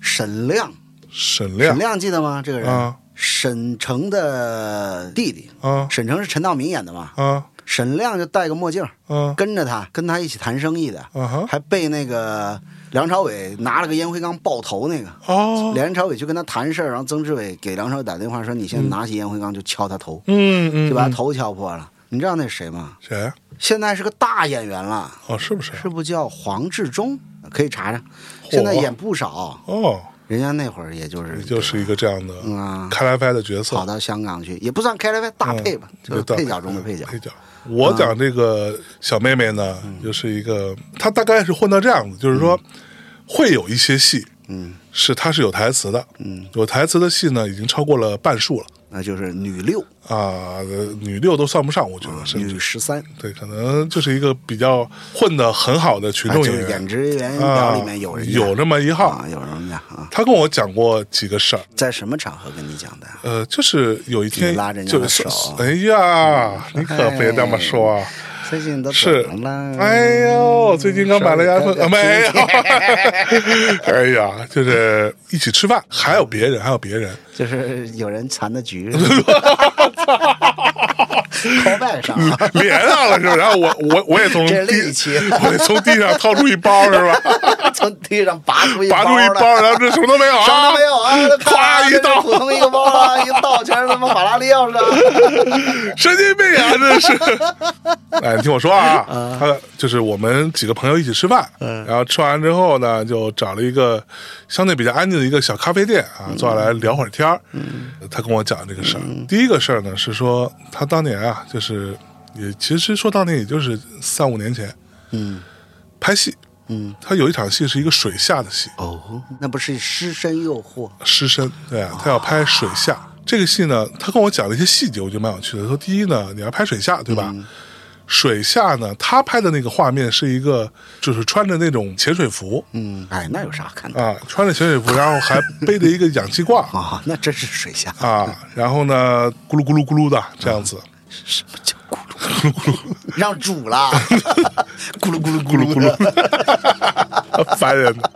沈亮，
沈
沈
亮
亮记得吗？这个人，
啊
沈城的弟弟，
啊
沈城是陈道明演的嘛？
啊
沈亮就戴个墨镜，
啊
跟着他，跟他一起谈生意的，
啊哈
还被那个梁朝伟拿了个烟灰缸爆头那个。
哦，
梁朝伟去跟他谈事儿，然后曾志伟给梁朝伟打电话说：“你现在拿起烟灰缸就敲他头，
嗯嗯，
就把他
嗯
头敲破了。”你知道那是谁吗？
谁啊？
现在是个大演员了，
哦，是不是？
是不叫黄志忠？可以查查，现在演不少，
哦，
人家那会儿也就是
也就是一个这样的
嗯啊
开来拍的角色
跑，到香港去，也不算开了呗，大配吧，
嗯
就是
对
配角中的配角。嗯
配角。我讲这个小妹妹呢，就是一个她大概是混到这样子，就是说会有一些戏，
嗯，
是她是有台词的，嗯，有台词的戏呢已经超过了半数了
那就是女六、
啊、呃女六都算不上，我觉得甚至
女十三，
对，可能就是一个比较混的很好的群
啊
众
就
演
是
员
演职员表
啊，
里面有人家
有那么一号
啊，，有人家啊，
他跟我讲过几个事儿，
在什么场合跟你讲的？
呃，就是有一天
你拉着人家
就
的
是
手
哎呀，你可别这么说啊。
最近都
是
怎么了？，嗯
哎呦，最近刚买了 iPhone，
手里
啊，没有
刚，
哎呀，就是一起吃饭，还有别人，还有别人，
就是有人缠的 局，口外上 啊，
嗯连上了是吧？然后我我我也从
这是
地
另一期，
我也从地上掏出一包是吧？
从地上拔 出一
拔出一
包来
包，然后这什么都没有
什么
啊
都没，有啊，
咵一倒
普通一个包啊，一倒全是他妈法拉利钥匙 啊，
神经病啊，真是！哎，你听我说啊，他就是我们几个朋友一起吃饭，然后吃完之后呢，就找了一个相对比较安静的一个小咖啡店啊，坐下来聊会儿天儿。他跟我讲这个事儿，第一个事儿呢是说他当年啊，就是也其实说当年也就是三五年前，
嗯
拍戏，
嗯，
他有一场戏是一个水下的戏，
哦，那不是失身诱惑，
师生，对啊，他要拍水下、这个戏呢，他跟我讲了一些细节，我觉得蛮有趣的。他说，第一呢，你要拍水下，对吧？
嗯
水下呢，他拍的那个画面是一个，就是穿着那种潜水服
嗯，哎，那有啥看的
啊，穿着潜水服，然后还背着一个氧气罐
啊？那真是水下，
啊，然后呢，咕噜咕噜咕噜的这样子，
什么叫咕噜咕 噜？让煮了，咕噜咕 噜咕噜 咕噜，
烦人的。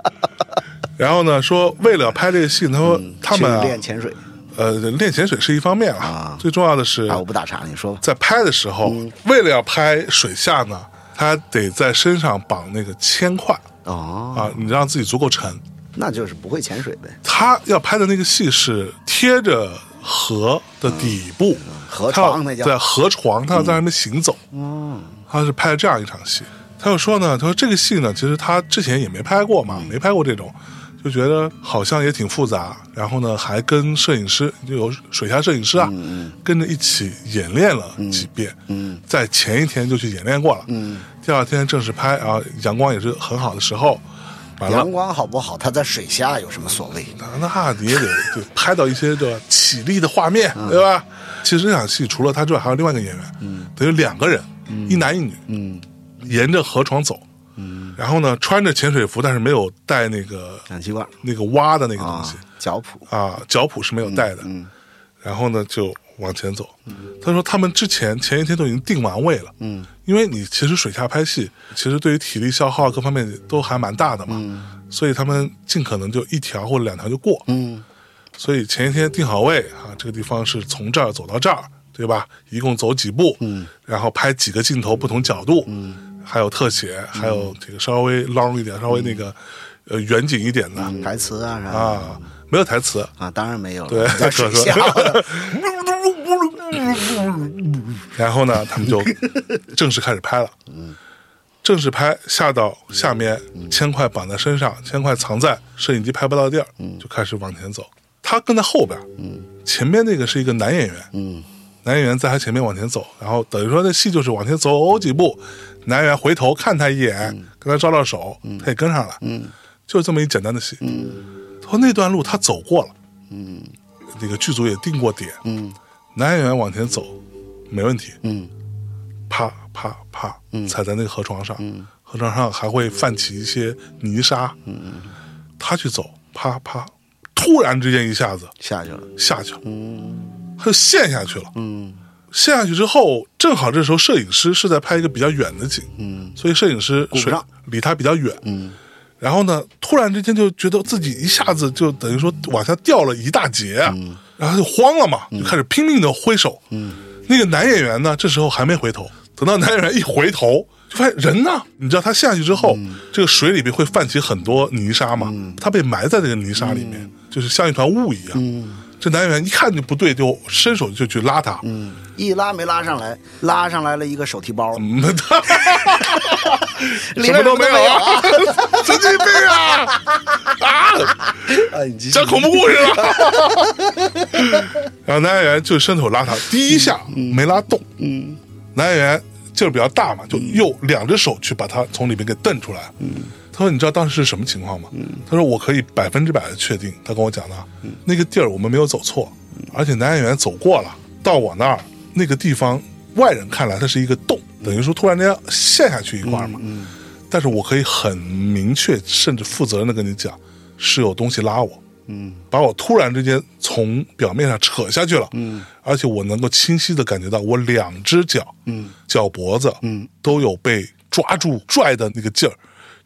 然后呢，说为了拍这个戏，他说他们、啊
嗯去练潜水
呃练潜水是一方面啊
啊，
最重要的是
啊，我不打岔，你说吧，
在拍的时候，为了要拍水下呢，他得在身上绑那个铅块
哦，
啊，你让自己足够沉。
那就是不会潜水呗，
他要拍的那个戏是贴着河的底部，
嗯河
他要
床那叫嗯
在河床，他要在上面行走。他是拍了这样一场戏。他又说呢，他说这个戏呢，其实他之前也没拍过
嗯
嘛，没拍过这种，就觉得好像也挺复杂。然后呢，还跟摄影师就有水下摄影师啊，
嗯
跟着一起演练了几遍。嗯，在前一天就去演练过了。嗯，第二天正式拍，然后阳光也是很好的时候，完了
阳光好不好？它在水下有什么所谓？
那你也得得拍到一些这起立的画面，对吧？其实这场戏除了他之外，还有另外一个演员，等于两个人，一男一女，沿着河床走，然后呢，穿着潜水服，但是没有带那个
氧气罐
那个蛙的那个
啊
东西，
脚蹼
哎啊，嗯脚蹼是没有带的，然后呢就往前走。他说他们之前前一天都已经定完位了，嗯，因为你其实水下拍戏，其实对于体力消耗各方面都还蛮大的嘛，所以他们尽可能就一条或者两条就过，
嗯，
所以前一天定好位啊，这个地方是从这儿走到这儿，对吧？一共走几步，嗯，然后拍几个镜头，不同角度，嗯，还有特写，还有这个稍微 long 一点，稍微那个呃远景一点的、
台词啊啥的
啊，没有台词，
啊，当然没有了，
对
在水 下了
然后呢，他们 就正式开始拍了。正式拍下到下嗯面，铅块绑在身上，铅块藏在摄影机拍不到地儿，就开始往前走。他跟在后边，嗯，前面那个是一个男演员，
嗯，
男演员在他前面往前走，然后等于说那戏就是往前走几步，男演员回头看他一眼，跟他招招手，他也跟上了，嗯，就是这么一简单的戏。嗯，说那段路他走过了，嗯，那个剧组也定过点，
嗯
男演员往前走没问题，
嗯
啪啪啪，踩在那个河床上，河床上还会泛起一些泥沙，他去走，啪啪，突然之间一下子
下去了，
下去了，他就陷下去了。
嗯
陷下去之后，正好这时候摄影师是在拍一个比较远的景，
嗯
所以摄影师
不
水
上
离他比较远。
嗯
然后呢，突然之间就觉得自己一下子就等于说往下掉了一大截啊，
嗯
然后就慌了嘛，就开始拼命的挥手。那个男演员呢，这时候还没回头，等到男演员一回头，就发现人呢，你知道他下去之后，
嗯
这个水里边会泛起很多泥沙嘛，他被埋在这个泥沙里
嗯
面，就是像一团雾一样。这男演员一看就不对，就伸手就去拉他，
嗯，一拉没拉上来，拉上来了一个手提包，
嗯，他
里
什
面
么都
什么都
没有啊， 神经病啊啊！
哎，你继续
讲恐怖故事了。然后男演员就伸手拉他，第一下没拉动，
嗯
男演员劲儿比较大嘛，就用两只手去把他从里面给蹬出来。他说：“你知道当时是什么情况吗？”他说：“我可以百分之百的确定。”他跟我讲的，那个地儿我们没有走错，而且男演员走过了，到我那儿那个地方，外人看来它是一个洞，等于说突然间陷下去一块儿嘛。但是我可以很明确，甚至负责任的跟你讲，是有东西拉我。
嗯
把我突然之间从表面上扯下去了，嗯，而且我能够清晰的感觉到我两只脚，
嗯，
脚脖子，
嗯，
都有被抓住拽的那个劲儿，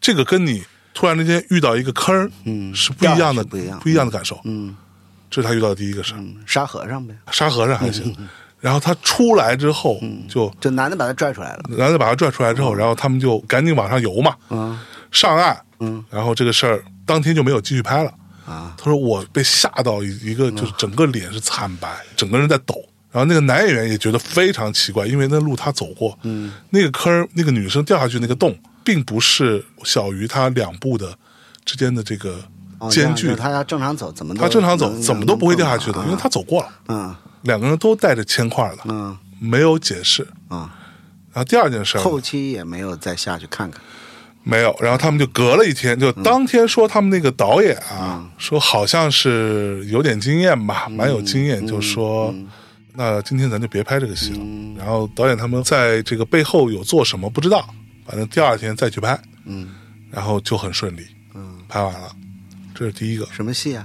这个跟你突然之间遇到一个坑儿，
嗯
是不一样的，
是不一样
的感受，
嗯
这是他遇到的第一个事儿，
嗯，沙和尚呗，
沙和尚还行，然后他出来之后
嗯
就，
这男的把他拽出来了，
然后就把他拽出来之后，然后他们就赶紧往上游嘛，
嗯
上岸，
嗯
然后这个事儿当天就没有继续拍了。
啊，
他说我被吓到一
嗯
个，就是整个脸是惨白，整个人在抖。然后那个男演员也觉得非常奇怪，因为那路他走过，嗯，那个坑儿，那个女生掉下去那个洞，并不是小于他两步的之间的这个
哦
间距，
那他要正常走，怎么都
他正常走
能
怎么都不会掉下去的，因为他走过了。
嗯
两个人都带着铅块的，
嗯
没有解释。
嗯，
然后第二件事儿呢，
后期也没有再下去看看，
没有，然后他们就隔了一天，就
嗯
当天说他们那个导演啊，说好像是有点经验吧，
嗯
蛮有经验，就说、那今天咱就别拍这个戏了。
嗯
然后导演他们在这个背后有做什么不知道，反正第二天再去拍，
嗯
然后就很顺利，
嗯，
拍完了。这是第一个
什么戏啊？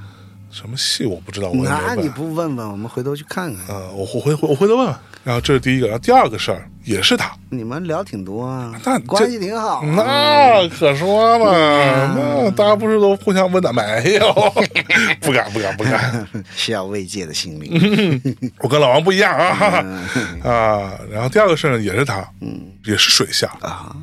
什么戏我不知道，我也
那
没
你
问。
不问问，我们回头去看看。
呃，我我回我回头问问。然后这是第一个，然后第二个事儿也是他，
你们聊挺多啊，
那这
关系挺好啊。
那可说嘛，
嗯
那大家不是都互相问的？没有， 不敢不敢不敢。
需要慰藉的心
嗯
灵。
我跟老王不一样啊 啊！然后第二个事儿呢，也是他，
嗯
也是水下。
啊，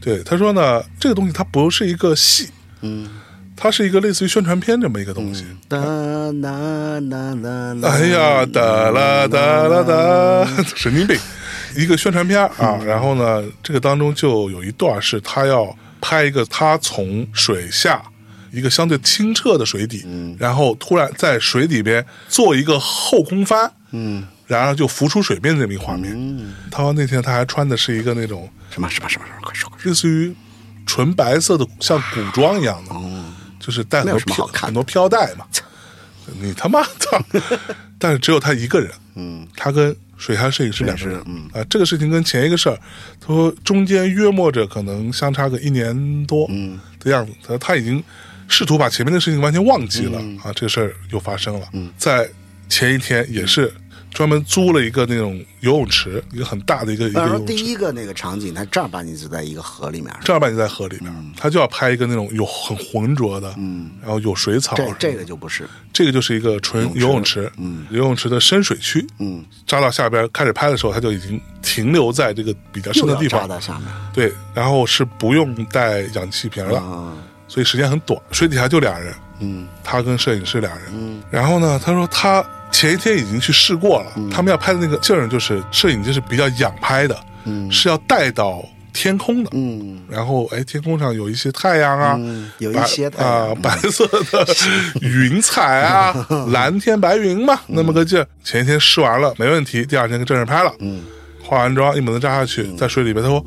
对，他说呢，这个东西它不是一个戏，
嗯，
它是一个类似于宣传片这么一个东西。
哒啦啦啦啦。
哎呀，哒啦哒啦哒，
嗯
神经病！一个宣传片啊，然后呢，这个当中就有一段是他要拍一个他从水下一个相对清澈的水底，
嗯
然后突然在水里边做一个后空翻，
嗯，
然后就浮出水面这么一画面。他说那天他还穿的是一个那种
什么什么什么什么，快说快说。
类似于纯白色的像古装一样的，
嗯
就是带
哦
很
那有
多
什么
飘
好看的
很多飘带嘛。 你他妈的！ 但是只有他一个人，
嗯，
他跟水下摄影师两个人，嗯啊，这个事情跟前一个事儿，他说中间约莫着可能相差个一年多的样子，他说他已经试图把前面的事情完全忘记了、啊，这个事儿又发生了，在前一天也是专门租了一个那种游泳池，一个很大的一个一个
那时
游
候
泳池
第，一个那个场景，他正儿八经就在一个河里面。
正儿八经在河里面，他就要拍一个那种有很浑浊的，嗯，然后有水草什么
这
的，
这个就不是，
这个就是一个纯游泳池，嗯，游泳池的深水区，
嗯，
扎到下边开始拍的时候，他就已经停留在这个比较深
又
的
要
啊地
扎
方，
到下面
对，然后是不用带氧气瓶了，
啊。
所以时间很短，水底下就俩人，
嗯
他跟摄影师俩人。然后呢，他说他前一天已经去试
嗯
过了，他们要拍的那个劲儿就是摄影就是比较仰拍的，是要带到天空的，
嗯
然后哎，天空上有一些太阳啊，
嗯，有一
白
些太
啊、
阳嗯
白色 的云彩啊，蓝天白云嘛，
嗯
那么个劲儿。前一天试完了没问题，第二天就正式拍了。
嗯，
化完妆一猛子扎下去，在水里边，他说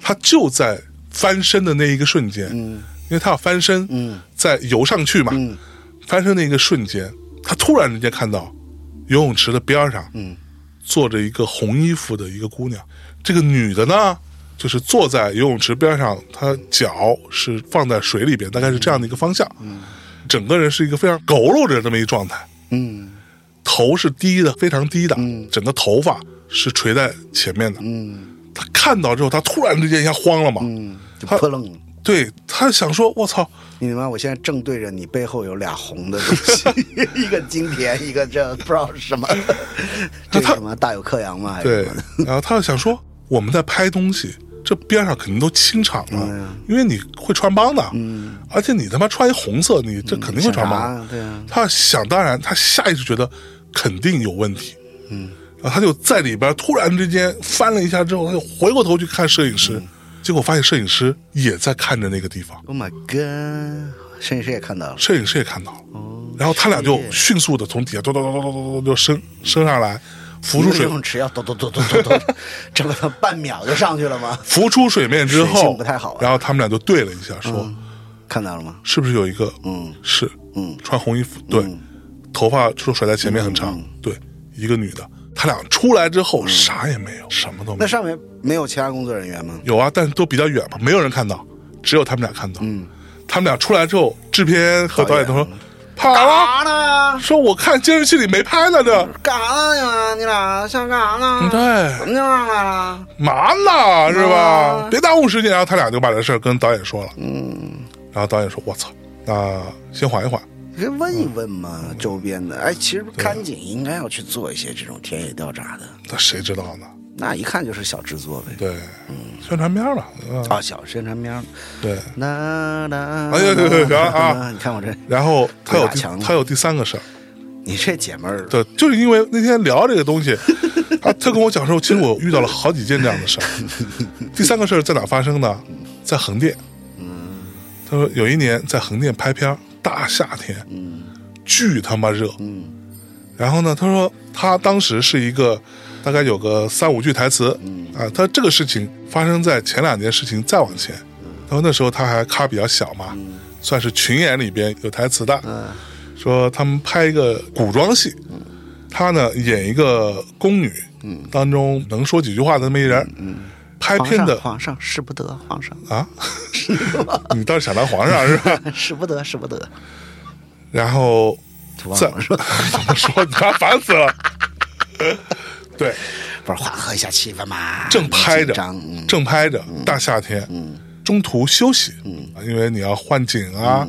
他就在翻身的那一个瞬间，
嗯
因为他要翻身，
嗯
再游上去嘛，
嗯
翻身的一个瞬间，他突然之间看到游泳池的边上
嗯
坐着一个红衣服的一个姑娘，这个女的呢。就是坐在游泳池边上，她脚是放在水里边，大概是这样的一个方向，整个人是一个非常佝偻着这么一状态，
嗯
头是低的，非常低的，整个头发是垂在前面的。
嗯
他看到之后，他突然之间一下慌了嘛，
嗯，就
他
扑棱了。
对他想说：“我操，
你明白？我现在正对着你背后有俩红的东 西，一个金田，一个这不知道是什么，这
他
个什么大有克洋吗？还是
对
什么的？”
然后他就想说：“我们在拍东西，这边上肯定都清场
嗯
了，因为你会穿帮的，而且你他妈穿一红色，你这肯定
想
会
嗯
穿
啥
帮。
啊？对啊，
他想当然，他下意识觉得肯定有问题，嗯，然后他就在里边突然之间翻了一下之后，他就回过头去看摄影师，
嗯
结果发现摄影师也在看着那个地方，
Oh my god！摄影师也看到了，
摄影师也看到了，
嗯
然后他俩就迅速的从底下咚咚咚咚咚咚咚就升升上来，浮出
一个
水
游泳池要咚咚咚咚咚咚， 整个他半秒就上去了吗？
浮出水面之
水性
后
不太好啊，
然后他们俩就对了一下，说、
看到了吗？
是不是有一个
嗯
是
嗯
穿红衣服，对，头发就甩在前面很长，
嗯
对，一个女的，他俩出来之后啥也没有，什么都没
那
有，
上面没有其他工作人员吗？
有啊，但是都比较远嘛，没有人看到，只有他们俩看到。
嗯
他们俩出来之后，制片和导演都说跑了，
干啥呢？
说我看监视器里没拍呢，这
干啥呢？你们你俩想干啥
嗯
呢？什
对，
么地方来了？
嘛呢是吧
啊？
别耽误时间。然后他俩就把这事儿跟导演说了，嗯，然后导演说我操，那先缓一缓。
这问一问嘛，周边的。哎，其实看景应该要去做一些这种田野调查的，
那谁知道呢？
那一看就是小制作呗。
对，宣传片嘛，啊，
啊，小宣传片儿。
对。
啦啦。
哎呀对对对啊啊！
你看我这，
然后他有第
鬼打墙
他有第三个事儿，
你这姐们儿，
对，就是因为那天聊这 个东西，他他跟我讲说，其实我遇到了好几件这样的事儿。第三个事儿在哪发生呢？在横店。
嗯
他说有一年在横店拍片儿，大夏天，巨他妈热。
嗯
然后呢，他说他当时是一个大概有个三五句台词，
嗯
啊，他这个事情发生在前两件事情再往前。他说那时候他还咖比较小嘛，算是群演里边有台词的。
嗯
说他们拍一个古装戏，他呢演一个宫女，
嗯
当中能说几句话的那么一人。拍
皇
片
上
的
嗯皇上使不得，皇上
啊， 你倒是想当皇上是吧？
使不得，使不得。
然后
忘
在
了说，
怎么说？你他烦死了。 对，
不是缓和一下气氛嘛？
正拍着
紧张嗯，嗯
正拍着，大夏天，中途休息，啊因为你要换景啊、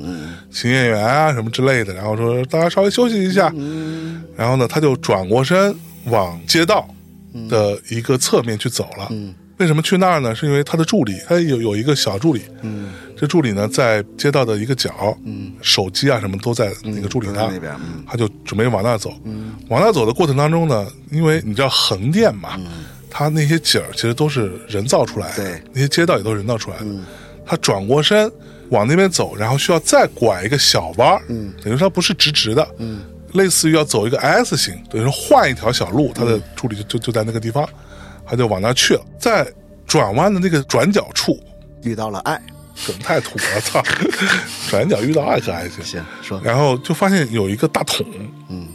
请演员啊什么之类的，然后说大家稍微休息一下，
嗯
然后呢，他就转过身往街道
嗯
的一个侧面去走了。为什么去那儿呢？是因为他的助理，他有有一个小助理，
嗯
这助理呢在街道的一个角，手机啊什么都在那个助理
都
那
在
儿
那边嗯
他就准备往那走。往那走的过程当中呢，因为你知道横店嘛，它那些景儿其实都是人造出来的，
对
那些街道也都是人造出来的。他转过身往那边走，然后需要再拐一个小弯儿，等于说它不是直直的，类似于要走一个 S 型，等于说换一条小路，他的助理就就就在那个地方，他就往那儿去了，在转弯的那个转角处。
遇到了爱，
梗太土了，操！ 转角遇到爱可还行。
行说，
然后就发现有一个大桶，
嗯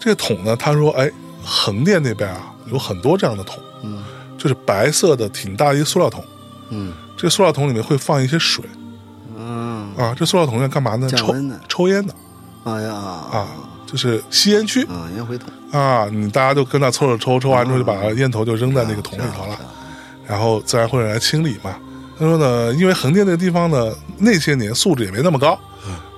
这个桶呢，他说，哎，横店那边啊有很多这样的桶，
嗯
就是白色的挺大的一个塑料桶，
嗯
这个塑料桶里面会放一些水
嗯，
啊，这塑料桶要干嘛呢？
降
抽
温的
抽烟的
哎呀
啊，就是吸烟区
嗯，烟灰桶
啊，你大家就跟那凑着抽，抽完之后就
哦
把烟头就扔在那
啊
个桶里头了。然后自然会有人来清理嘛。他说呢，因为横店那个地方呢，那些年素质也没那么高，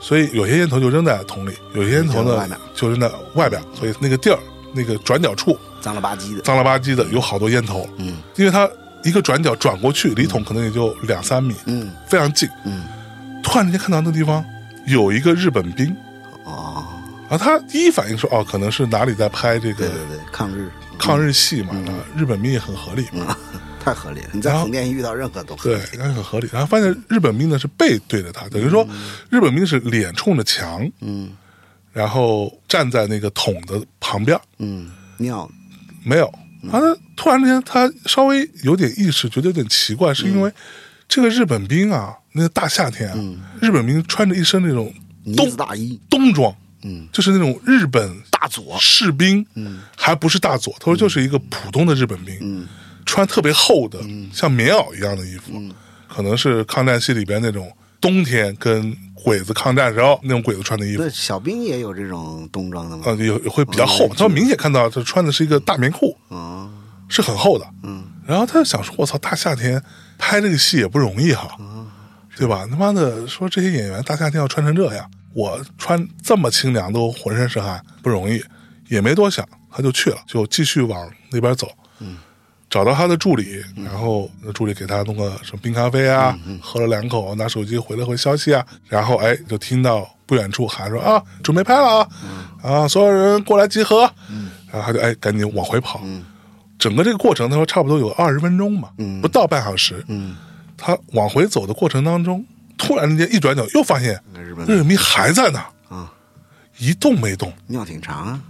所以有些烟头就扔在桶里，有些烟头
嗯就扔
呢
外面
就扔在外边，所以那个地儿那个转角处
脏了吧唧的，
脏了吧唧的有好多烟头，
嗯
因为它一个转角转过去，离桶可能也就两三米，
嗯
非常近。
嗯，
突然之间看到那地方有一个日本兵，
哦，
然后他第一反应说，哦，可能是哪里在拍这个
对对对，抗日，嗯
啊抗日戏嘛，那日本兵也很合理嘛。
太合理了。你在
然后
横店遇到任何都合
对
理，，
那很合理。然后发现日本兵呢是背对着他，等于说日本兵是脸冲着墙，
嗯
然后站在那个桶的旁边，
嗯，尿
没有。啊，他突然之间他稍微有点意识，觉得有点奇怪，是因为这个日本兵啊，那个大夏天啊，日本兵穿着一身那种
呢
冬
子大衣，
冬装，
嗯，
就是那种日本
大佐，
士兵，嗯，还不是大佐，他说就是一个普通的日本兵，嗯，穿特别厚的，像棉袄一样的衣服，可能是抗战戏里边那种冬天跟鬼子抗战时候那种鬼子穿的衣服
那，小兵也有这种冬装的吗？
呃，也也会比较厚
哦。
他明显看到他穿的是一个大棉裤，
哦，
是很厚的，嗯，然后他就想说，我操，大夏天拍这个戏也不容易哈，对吧？他妈的，说这些演员大夏天要穿成这样，我穿这么清凉都浑身是汗，不容易，也没多想，他就去了，就继续往那边走，嗯，找到他的助理，然后那助理给他弄个什么冰咖啡啊，喝了两口，拿手机回了回消息啊，然后哎，就听到不远处喊说啊，准备拍了啊，啊，所有人过来集合，嗯，然后他就哎赶紧往回跑，整个这个过程，他说差不多有二十分钟吧，不到半小时。
嗯，
他往回走的过程当中，突然间一转角又发现
那日本
日本兵还在那儿
啊，
一动没动。
尿挺长啊，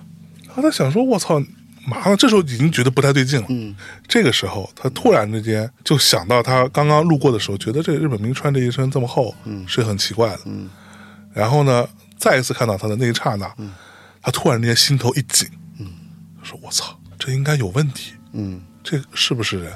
然后他想说：“我操，麻了！”这时候已经觉得不太对劲了。嗯，这个时候他突然之间就想到他刚刚路过的时候，觉得这个日本兵穿这一身这么厚，嗯，是很奇怪的。嗯，然后呢，再一次看到他的那一刹那，他突然之间心头一紧，嗯，说：“我操，这应该有问题。”
嗯
这个是不是人？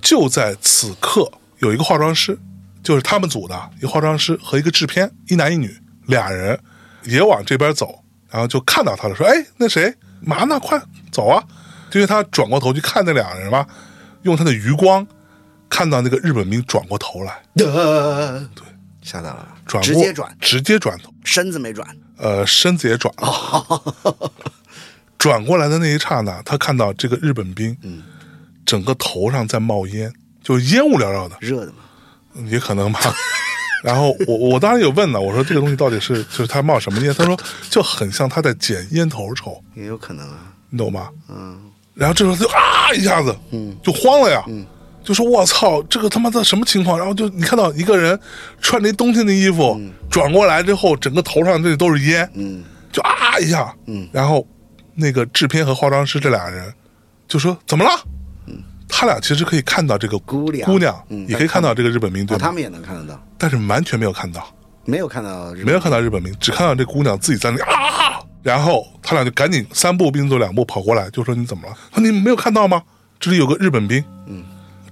就在此刻，有一个化妆师，就是他们组的一个化妆师和一个制片，一男一女，俩人也往这边走，然后就看到他了，说：“哎，那谁，嘛呢？快走啊！”因为他转过头去看那俩人嘛，用他的余光看到那个日本兵转过头来，
对，吓到了吧，
转过
直接转，
直接转头，
身子没 转，
呃，身子也转
哦
了。转过来的那一刹那，他看到这个日本兵，嗯，整个头上在冒烟，就是烟雾缭绕的，
热的嘛，
也可能吧。 然后我我当时有问了，我说这个东西到底是就是他冒什么烟？他说就很像他在捡烟头抽，
也有可能啊，
你懂吗？
嗯，
然后这时候他就啊一下子，嗯，就慌了呀，嗯，就说我操，这个他妈的什么情况？然后就你看到一个人穿着一冬天的衣服，转过来之后，整个头上这都是烟，
嗯，
就啊一下，
嗯，
然后那个制片和化妆师这俩人就说怎么了？他俩其实可以看到这个
嗯姑娘
姑娘
嗯
也可以看到这个日本兵，对
哦，
吗
他们也能看得到，
但是完全没有看到，
没有看到日本，
没有看到日本兵，只看到这姑娘自己在那里啊。然后他俩就赶紧三步并作两步跑过来，就说你怎么了？他说你没有看到吗？这里有个日本兵。嗯，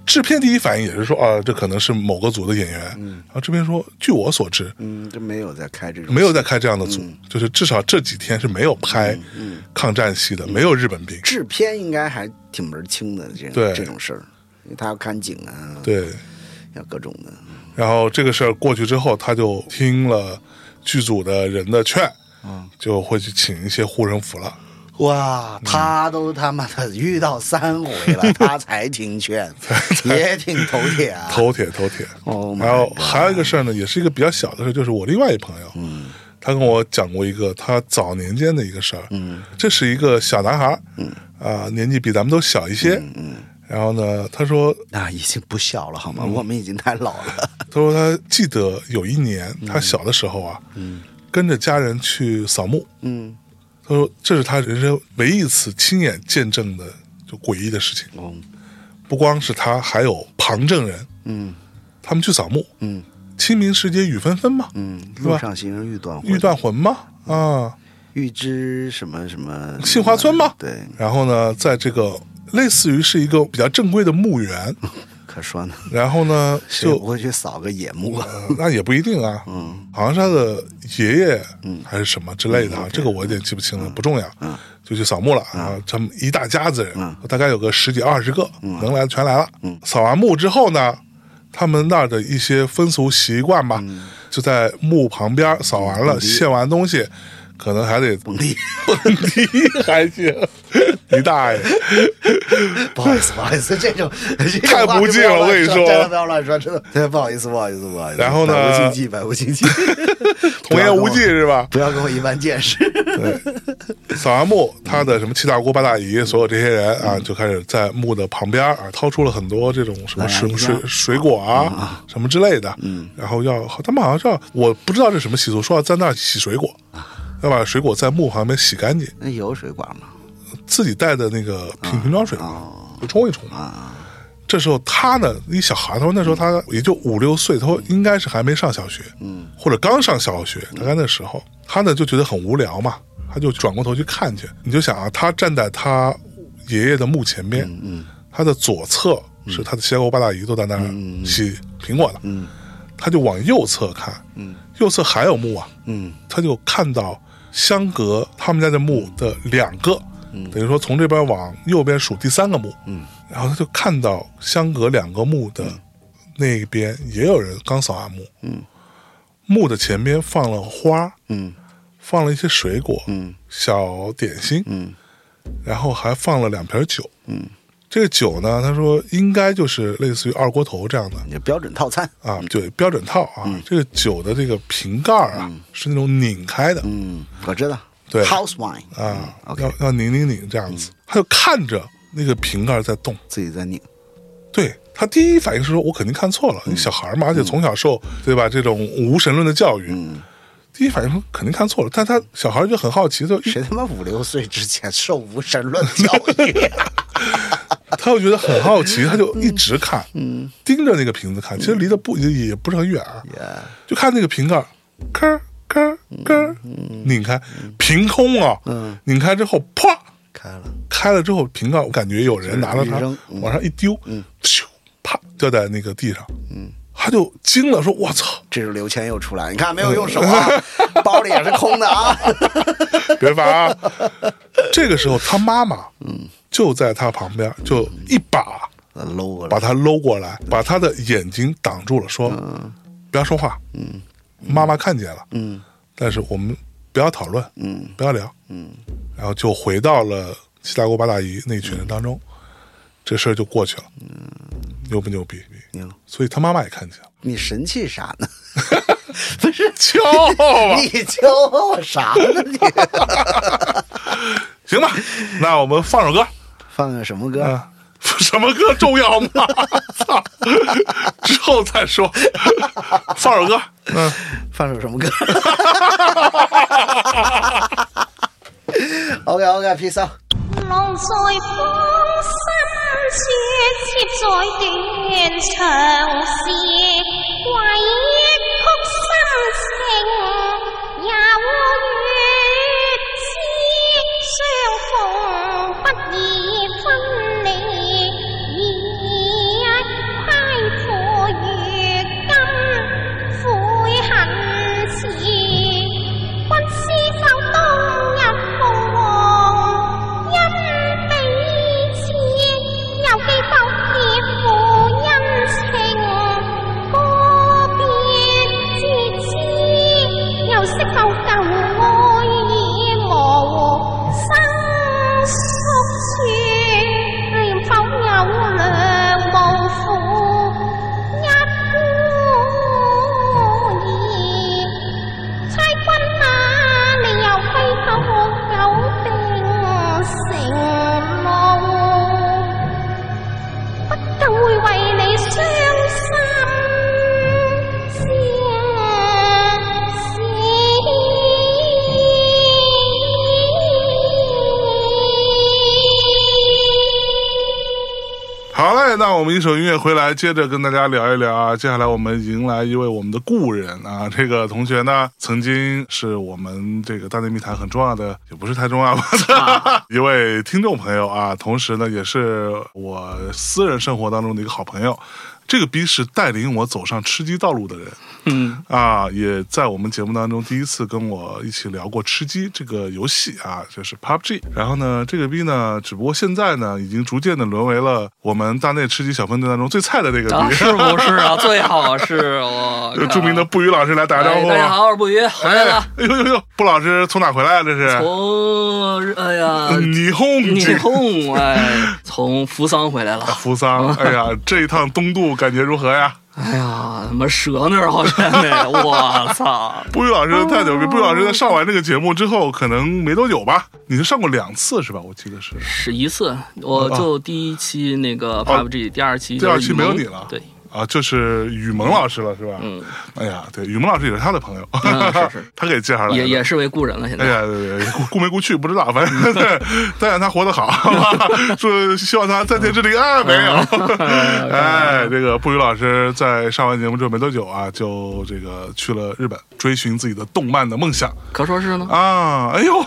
制片第一反应也是说啊，这可能是某个组的演员。嗯，然后制片说，据我所知，
嗯，这没有在开这种，
没有在开这样的组，就是至少这几天是没有拍抗战戏的，没有日本兵。
制片应该还挺门儿清的这
对
种这种事儿，因为他要看景啊，，
对，
要各种的，
然后这个事儿过去之后，他就听了剧组的人的劝，嗯，就会去请一些护身符了。
哇，他都他妈的遇到三回
嗯
了，他才听 劝，也挺头铁啊。
头铁头铁。
Oh my
然后还有一个事儿呢，也是一个比较小的事儿，就是我另外一朋友，嗯，他跟我讲过一个他早年间的一个事儿，嗯，这是一个小男孩儿，嗯，啊，年纪比咱们都小一些，嗯，然后呢，他说
那已经不小了好
嗯
吗？我们已经太老了。
他说他记得有一年他小的时候啊，嗯，跟着家人去扫墓，
嗯，
他说这是他人生唯一一次亲眼见证的就诡异的事情，
哦，
不光是他，还有旁证人，
嗯
他们去扫墓，
嗯
清明时节雨纷纷嘛，
嗯，
吧
路上行人欲断魂，
玉断魂嘛，啊，
欲知什么什么
杏花村吗
对，
然后呢，在这个类似于是一个比较正规的墓园，
可说呢，
然后呢，
谁
就
不会去扫个野墓啊？
呃那也不一定啊，嗯，好像是他的爷爷还是什么之类的啊，这个我有点记不清了，不重要，嗯，就去扫墓了啊，他们一大家子人，大概有个十几二十个，能来的全来了，扫完墓之后呢，他们那儿的一些风俗习惯吧，就在墓旁边扫完了，献完东西，可能还得
蹦迪，
蹦迪还行，你大爷！
不好意思，不好意思，这种这种
太
话
不
就
敬
不要
了我
乱
跟你
说
说
真的不要乱说，真的，真的不好意思，不好意思，不好意思。
然后呢
百无禁忌，百无禁忌，
童言 无忌是吧？
不要跟我一般 见识。
扫完墓，他的什么七大姑八大姨，所有这些人啊，就开始在墓的旁边啊，掏出了很多这种什么
蓝
水
莓
水
酱
水果啊，什么之类的。嗯，然后要他们好像是要，我不知道这什么习俗，说要在那儿洗水果，要把水果在墓旁边洗干净，
那有水管吗？
自己带的那个瓶瓶装水嘛，
哦
就冲一冲嘛。这时候他呢，一小孩头，那时候他也就五六岁，他应该是还没上小学，嗯，或者刚上小学，大概那时候，他呢就觉得很无聊嘛，他就转过头去看去，你就想啊，他站在他爷爷的墓前边，嗯，他的左侧是他的七大姑八大姨都在那儿洗苹果呢，嗯，他就往右侧看，嗯，右侧还有墓啊，
嗯，
他就看到相隔他们家的墓的两个，
嗯
等于说从这边往右边数第三个墓，嗯，然后他就看到相隔两个墓的那边也有人刚扫完墓，嗯，墓的前边放了花，
嗯
放了一些水果，
嗯，
小点心，
嗯，
然后还放了两瓶酒，嗯。这个酒呢，他说应该就是类似于二锅头这样的，
你这标准套餐，
啊，对，标准套啊，
嗯
这个酒的这个瓶盖啊、是那种拧开的、
嗯，我知道，
对
，house wine，嗯
啊，
OK
要要拧拧拧这样子，他就看着那个瓶盖在动。
自己在拧，
对他第一反应是说，我肯定看错了，
嗯
你小孩嘛，而且从小受对吧这种无神论的教育，
嗯
第一反应说肯定看错了，但他小孩就很好奇，就
谁他妈五六岁之前受无神论教 育？
他又觉得很好 奇，他就一直看，
嗯
盯着那个瓶子看，其实离得不也也不是很远啊，
Yeah
就看那个瓶盖儿，咯儿咯儿咯儿，
嗯
拧开，凭空啊，拧开之后，啪，
开了，
开了之后，瓶盖我感觉有人拿了它
一扔嗯嗯
往上一丢，咻，啪掉在那个地上，他就惊了，说：“我 操，
这时候刘谦又出来，你看没有用手啊， 包里也是空的 啊。
别烦啊！”这个时候，他妈妈
嗯
就在他旁边，就一把
搂过
把
来，
他搂过来，把他的眼睛挡住了，说：“不要说话，嗯，妈妈看见了，嗯，但是我们不要讨论，嗯，不要聊，嗯。”然后就回到了七大姑八大姨那群人当中，这事儿就过去了，嗯，牛不牛逼？
牛！
所以他妈妈也看见了，
你神气啥 呢？
敲
你教我啥呢？你
行吧，那我们放首歌
放个什么歌？
啊。什么歌重要吗？ 操！之后再说，放首歌。嗯，
放首什么 歌？OK OK，披萨。
浪在风身，雪接在断肠线，唯一曲心情也會越知相逢不易分離，而一虧負如今悔恨遲。不知否當日彷徨，因彼此又記否撇負恩情，個別自知，又識否舊愛已模糊，生疏處，否有兩無負，一孤兒。猜君啊，你又非否有定承諾？不夠會為你傷心先死。
好嘞，那我们一首音乐回来，接着跟大家聊一聊啊。接下来我们迎来一位我们的故人啊，这个同学呢，曾经是我们这个大内密谈很重要的，也不是太重要吧，一啊位听众朋友啊，同时呢，也是我私人生活当中的一个好朋友。这个逼是带领我走上吃鸡道路的人
嗯
啊，也在我们节目当中第一次跟我一起聊过吃鸡这个游戏啊，就是 PUBG。然后呢，这个逼呢，只不过现在呢，已经逐渐的沦为了我们大内吃鸡小分队当中最菜的那个
啊，
逼。
是不是 啊？最好是我
就著名的
靠
布鱼老师来打
哎
个招呼。啊
大家好，我是不鱼，回来了。
哎呦呦呦，布老师从哪回来啊？这是
从哎呀，
霓虹
你
之
痛哎，从扶桑回来了。
扶
哦
桑。哎呀，这一趟东渡感觉如何呀？
哎呀，他妈折那儿好像得，我操！
布鱼老师太牛逼！布鱼老师在上完这个节目之后，可能没多久吧，你是上过两次是吧？我记得是。
是一次，我就第一期那个 PUBG，第二期就是
哦第二期
雨
没有
蒙
你了
对，
啊，就是雨萌老师了，是吧？
嗯，
哎呀，对，雨萌老师也是他的朋友，
嗯是是
他给介绍来的。
也也是为故人了，现
哎
在。
呀，对对对顾顾没顾去不知道，反正
嗯
对， 但愿他活得好， 好吧说希望他再见之灵啊，没有。
嗯
哎，这个布雨老师在上完节目之后没多久啊，就这个去了日本，追寻自己的动漫的梦想
可说是呢，
啊。哎 呦，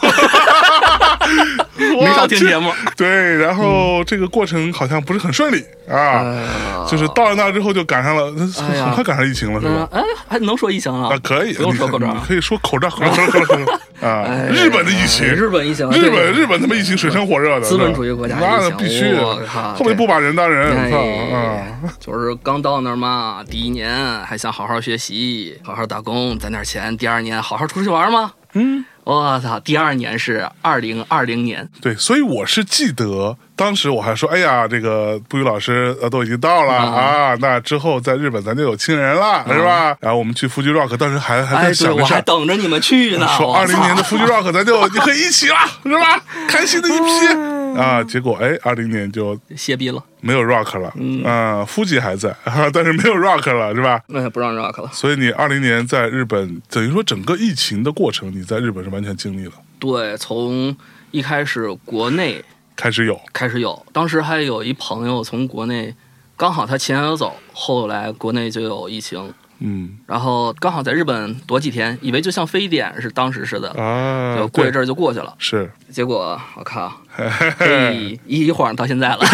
没
我
少听
去
节目。
对，然后这个过程好像不是很顺利啊，
哎呀
就是到了那儿之后就赶上了，
哎呀
很快赶上疫情了，是
那
吧？
哎，还能说疫情了
啊，可以，
不用
你
说口罩
你
啊。
可以说口罩，口罩，口罩，口罩啊
哎！
日本的疫情，
日本疫情，
日
对
本日本他妈疫情水深火热的，
资本主义国家
那
疫
那
情
必须，
我靠
后面不把人当人，操
哎
啊！，
就是刚到那儿嘛，第一年还想好好学习，好好打工，攒点钱；第二年好好出去玩嘛。
嗯，
我操，第二年是二零二零年，
对，所以我是记得当时我还说，哎呀，这个布宇老师呃都已经到了
啊
啊，那之后在日本咱就有亲人了，是吧？然后我们去 Fuji Rock，当时还还
嗯哎，
在
对，
想
我
着事
还
儿。
等着你们去呢。
说
我
二零年的
操
Fuji Rock 咱就你可以一起了，是吧？开心的一
嗯
批啊！结果哎，二零年就
歇逼了，
没有 Rock 了，
嗯
啊，Fuji 还在， 啊但是没有 Rock 了，是吧？
那哎不让 rock 了。
所以你二零年在日本，等于说整个疫情的过程，你在日本是完全经历了，
对，从一开始国内
开始有
开始有，当时还有一朋友从国内，刚好他前脚走，后来国内就有疫情，
嗯
然后刚好在日本躲几天，以为就像非典是当时似的，
啊
就过一阵儿就过去了。
是，
结果 我靠，这一一晃到现在了，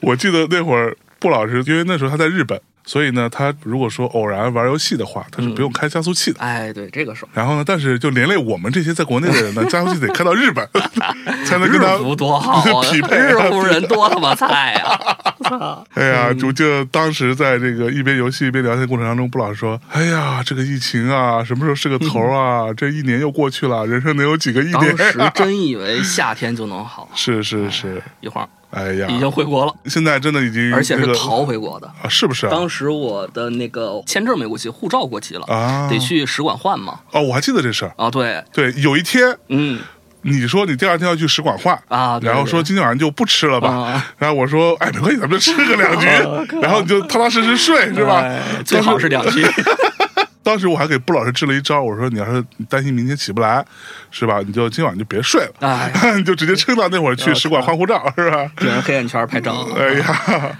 我记得那会儿布老师，因为那时候他在日本，所以呢，他如果说偶然玩游戏的话，他是不用开加速器的。
哎，对这个手。
然后呢，但是就连累我们这些在国内的人呢，加速器得开到日本 才能
日
跟他！
服多好啊
匹配啊
日服人多他妈菜啊呀！
哎呀，
嗯
我记得当时在这个一边游戏一边聊天的过程当中，布老师说：“哎呀，这个疫情啊，什么时候是个头啊？这一年又过去了，人生能有几 个一
当
年？”啊
时真以为夏天就能好，
是是是，
一晃
哎呀，
已经回国了，
现在真的已经、
而且
嗯这
是
个
逃回国的。
啊，是不是啊？
当时我的那个签证没过期，护照过期了，
啊，
得去使馆换嘛。
哦，我还记得这事儿。
啊，对，
对，有一天
嗯
你说你第二天要去使馆换
啊对
然后说今天晚上就不吃了吧，
啊哦
然后我说哎没关系，咱们就吃个两 局， 然后你就踏踏实实睡是吧？
哎最好 是两句。
当时我还给布老师支了一招，我说你要是担心明天起不来，是吧？你就今晚就别睡了，
哎， 嗯
你就直接撑到那会儿去使馆换护照，是 吧？
人黑眼圈拍照。啊
哎呀，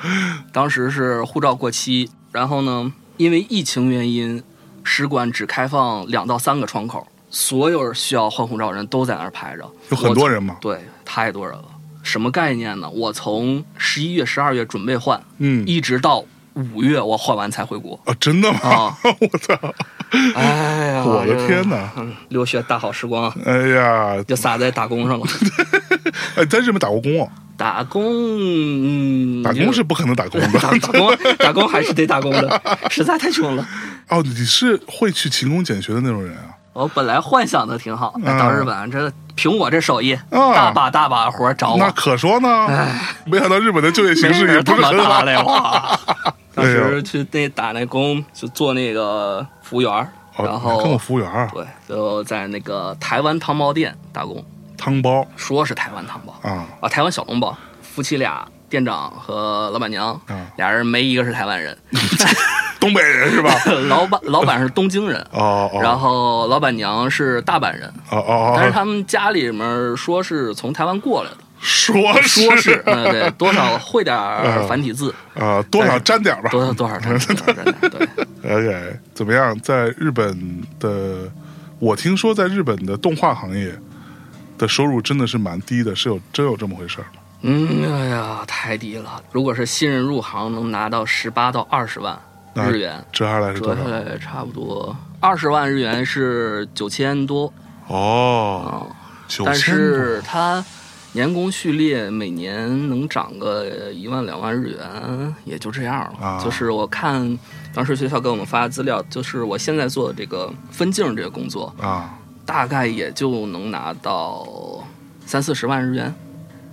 当时是护照过期，然后呢，因为疫情原因，使馆只开放两到三个窗口，所有需要换护照的人都在那儿排着，
有很
我
多人嘛，
对，太多人了。什么概念呢？我从十一月、十二月准备换，
嗯，
一直到五月我换完才回国。
啊，真的吗？
啊
我操！
哎呀，
我的天哪
这！嗯留学大好时光啊，
哎呀，
就撒在打工上了。
哎，在日本打过工哦，
打工，嗯，
打工是不可能打工
打打
的。
工，打工还是得打工的，实在太穷了。
哦，你是会去勤工俭学的那种人啊？
我本来幻想的挺好，
嗯
到日本这凭我这手艺，
啊
大把大把活儿找
那
我，
可说呢。没想到日本的就业形势也不
他
是
妈
很
大
好。哦
嘞 我。当
哎
时
呦
去那打那工，就做那个服务员儿，
哦
然
你还跟我
后
服务员啊，
对，就在那个台湾汤包店打工，
汤包
说是台湾汤包
啊
啊，台湾小笼包，夫妻俩店长和老板娘
啊，
俩人没一个是台湾人，
东北人是吧？
老板老板是东京人，
哦哦，
然后老板娘是大阪人。
哦哦
但是
哦，
他们家里面说是从台湾过来的，
说
说是，嗯，对，多少会点
嗯
儿繁体字，
啊，多少沾点吧。
多少多 少沾点儿，多少沾点儿对，
OK，怎么样？在日本的，我听说在日本的动画行业的收入真的是蛮低的，是有真有这么回事儿吗？
嗯，哎呀，太低了。如果是新人入行，能拿到十八到二十万
那
日元，
折下来是多
折下
少？
来差不多二十万日元是九千多
哦，
啊。
九
但
千
是它年功序列每年能涨个一万两万日元，也就这样了。
啊
就是我看当时学校给我们发资料，就是我现在做的这个分镜这个工作，
啊，
大概也就能拿到三四十万日元。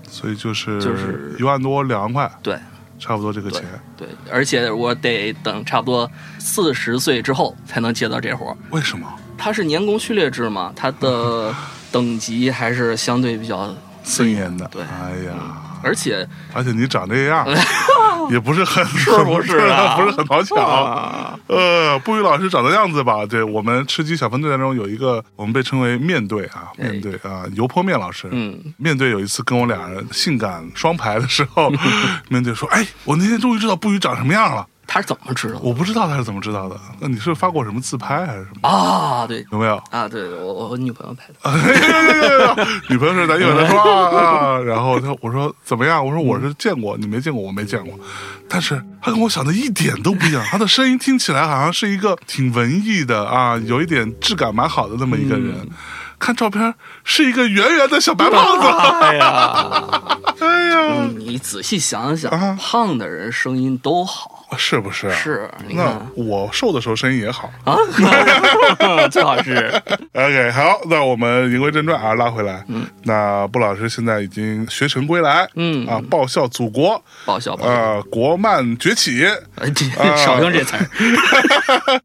所以就是
就是
一万多两万块，
对
差不多这个
对
钱。
对，而且我得等差不多四十岁之后才能接到这活儿。
为什么？
它是年功序列制嘛，它的等级还是相对比较
森严的，
对嗯
哎呀，
而且
而且你长这 样，也不是很是
不 是啊嗯
不是 很讨巧。呃，布宇老师长的样子吧，对我们吃鸡小分队当中有一个，我们被称为面对啊，
哎
面对啊，油泼面老师，
嗯，
面对有一次跟我俩人性感双排的时候，
嗯
面对说，哎，我那天终于知道布宇长什么样了，
他是怎么知道的
我不知道他是怎么知道的，那你是发过什么自拍还是什么？
啊？对
有没有？
啊，对我我我女朋友拍的，
女朋友说咱一会儿再说
哎
啊啊，然后他我说怎么样？我说我是见过，你没见过，我没见过，但是他跟我想的一点都不一样。他的声音听起来好像是一个挺文艺的啊，有一点质感蛮好的那么一个
嗯
人，看照片是一个圆圆的小白胖 子。
哎呀，
哎呀，
你仔细想
啊
想，胖的人声音都好，
是不是？。啊
是你
那
看
我瘦的时候声音也好。
啊， 最好是
OK，好，那我们言归正传啊，拉回来。嗯，那布老师现在已经学成归来，
嗯
啊，报效祖国，
爆笑爆笑，
呃，国漫崛起，
哎这
啊
少用这词儿，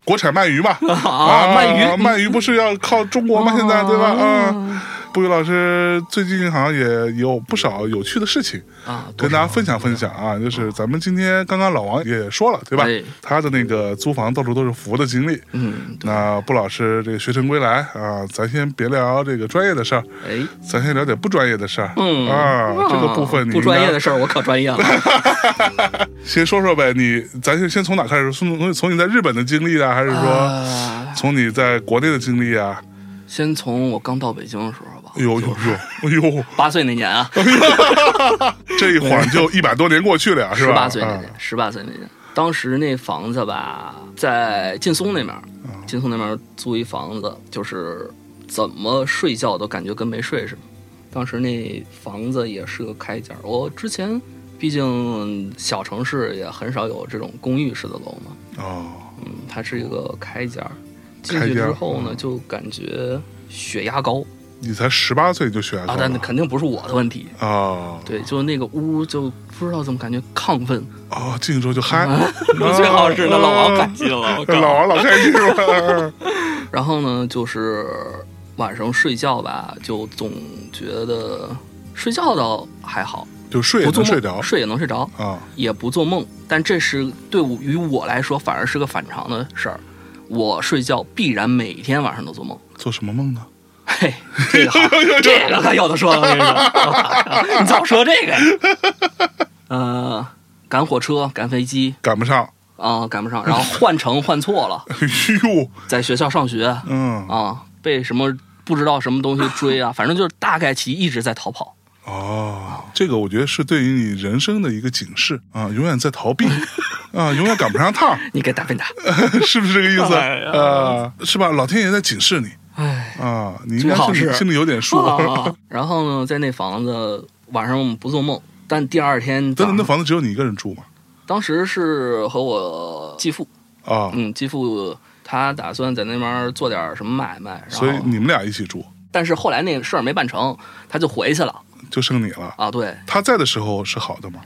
国产鳗鱼嘛，
啊鳗鱼哦嗯
鳗鱼不是要靠中国吗？现在对吧？嗯，布宇老师最近好像也有不少有趣的事情
啊，
跟大家分享分享啊，就是咱们今天刚刚老王也说了，对吧
对？
他的那个租房到处都是福的经历。
嗯，
那布老师这个学成归来啊，咱先别聊这个专业的事儿，
哎，
咱先聊点不专业的事儿。
嗯
啊，这个部分你
不专
应
业
该
的事儿我可专业了，
先说说呗，你咱就先从哪开始？从从从你在日本的经历啊，还是 说
啊
从你在国内的经历啊？
先从我刚到北京的时候吧，
哎呦呦呦，哎
八岁那年啊，
呦，这一晃就一百多年过去了呀，是
十
吧？
八岁那
啊
年，十八岁那年，当时那房子吧，在劲松那边儿，
嗯
劲松那边儿租一房子，就是怎么睡觉都感觉跟没睡似的。当时那房子也是个开间儿，我之前毕竟小城市也很少有这种公寓式的楼嘛，
哦，
嗯，它是一个开间儿。进
开
去
间儿嗯
之后呢，就感觉血压高
你才十八岁就学
啊
了，
但肯定不是我的问题，
哦
对，就那个屋就不知道怎么感觉亢奋，
哦，进去之后就嗨，
啊 最好是那老王
啊
感激了，我靠
老王老开心了，
然后呢，就是晚上睡觉吧，就总觉得睡觉倒还好，
就睡也
不做
能
梦
睡着
睡也能睡着，
啊，
也不做梦。但这是对我于我来说，反而是个反常的事儿。我睡觉必然每天晚上都做梦，
做什么梦 呢？
嘿，这 个好，这个可有的说了，我跟你说， 你早说这个呀。呃，赶火车、赶飞机
赶不上，
啊、赶不上，然后换乘换错了，
哎呦，
在学校上学，
嗯，
啊，被什么不知道什么 东西追啊，反正就是大概其一直在逃跑。
哦，这个我觉得是对于你人生的一个警示啊，永远在逃 避啊，永远赶不上趟，
你给打便打，
是不是这个意思？
哎呀
啊，是吧？老天爷在警示你
哎，
啊，你应该
最好
心里
是
心里有点数。
啊然后呢，在那房子晚上我们不做梦，但第二天早
等等，那
上，
房子只有你一个人住嘛？
当时是和我继父，
啊，
嗯，继父他打算在那边做点什么买卖，然后
所以嗯你们俩一起住，
但是后来那个事儿没办成，他就回去了
就剩你了。
啊。对，
他在的时候是好的嘛？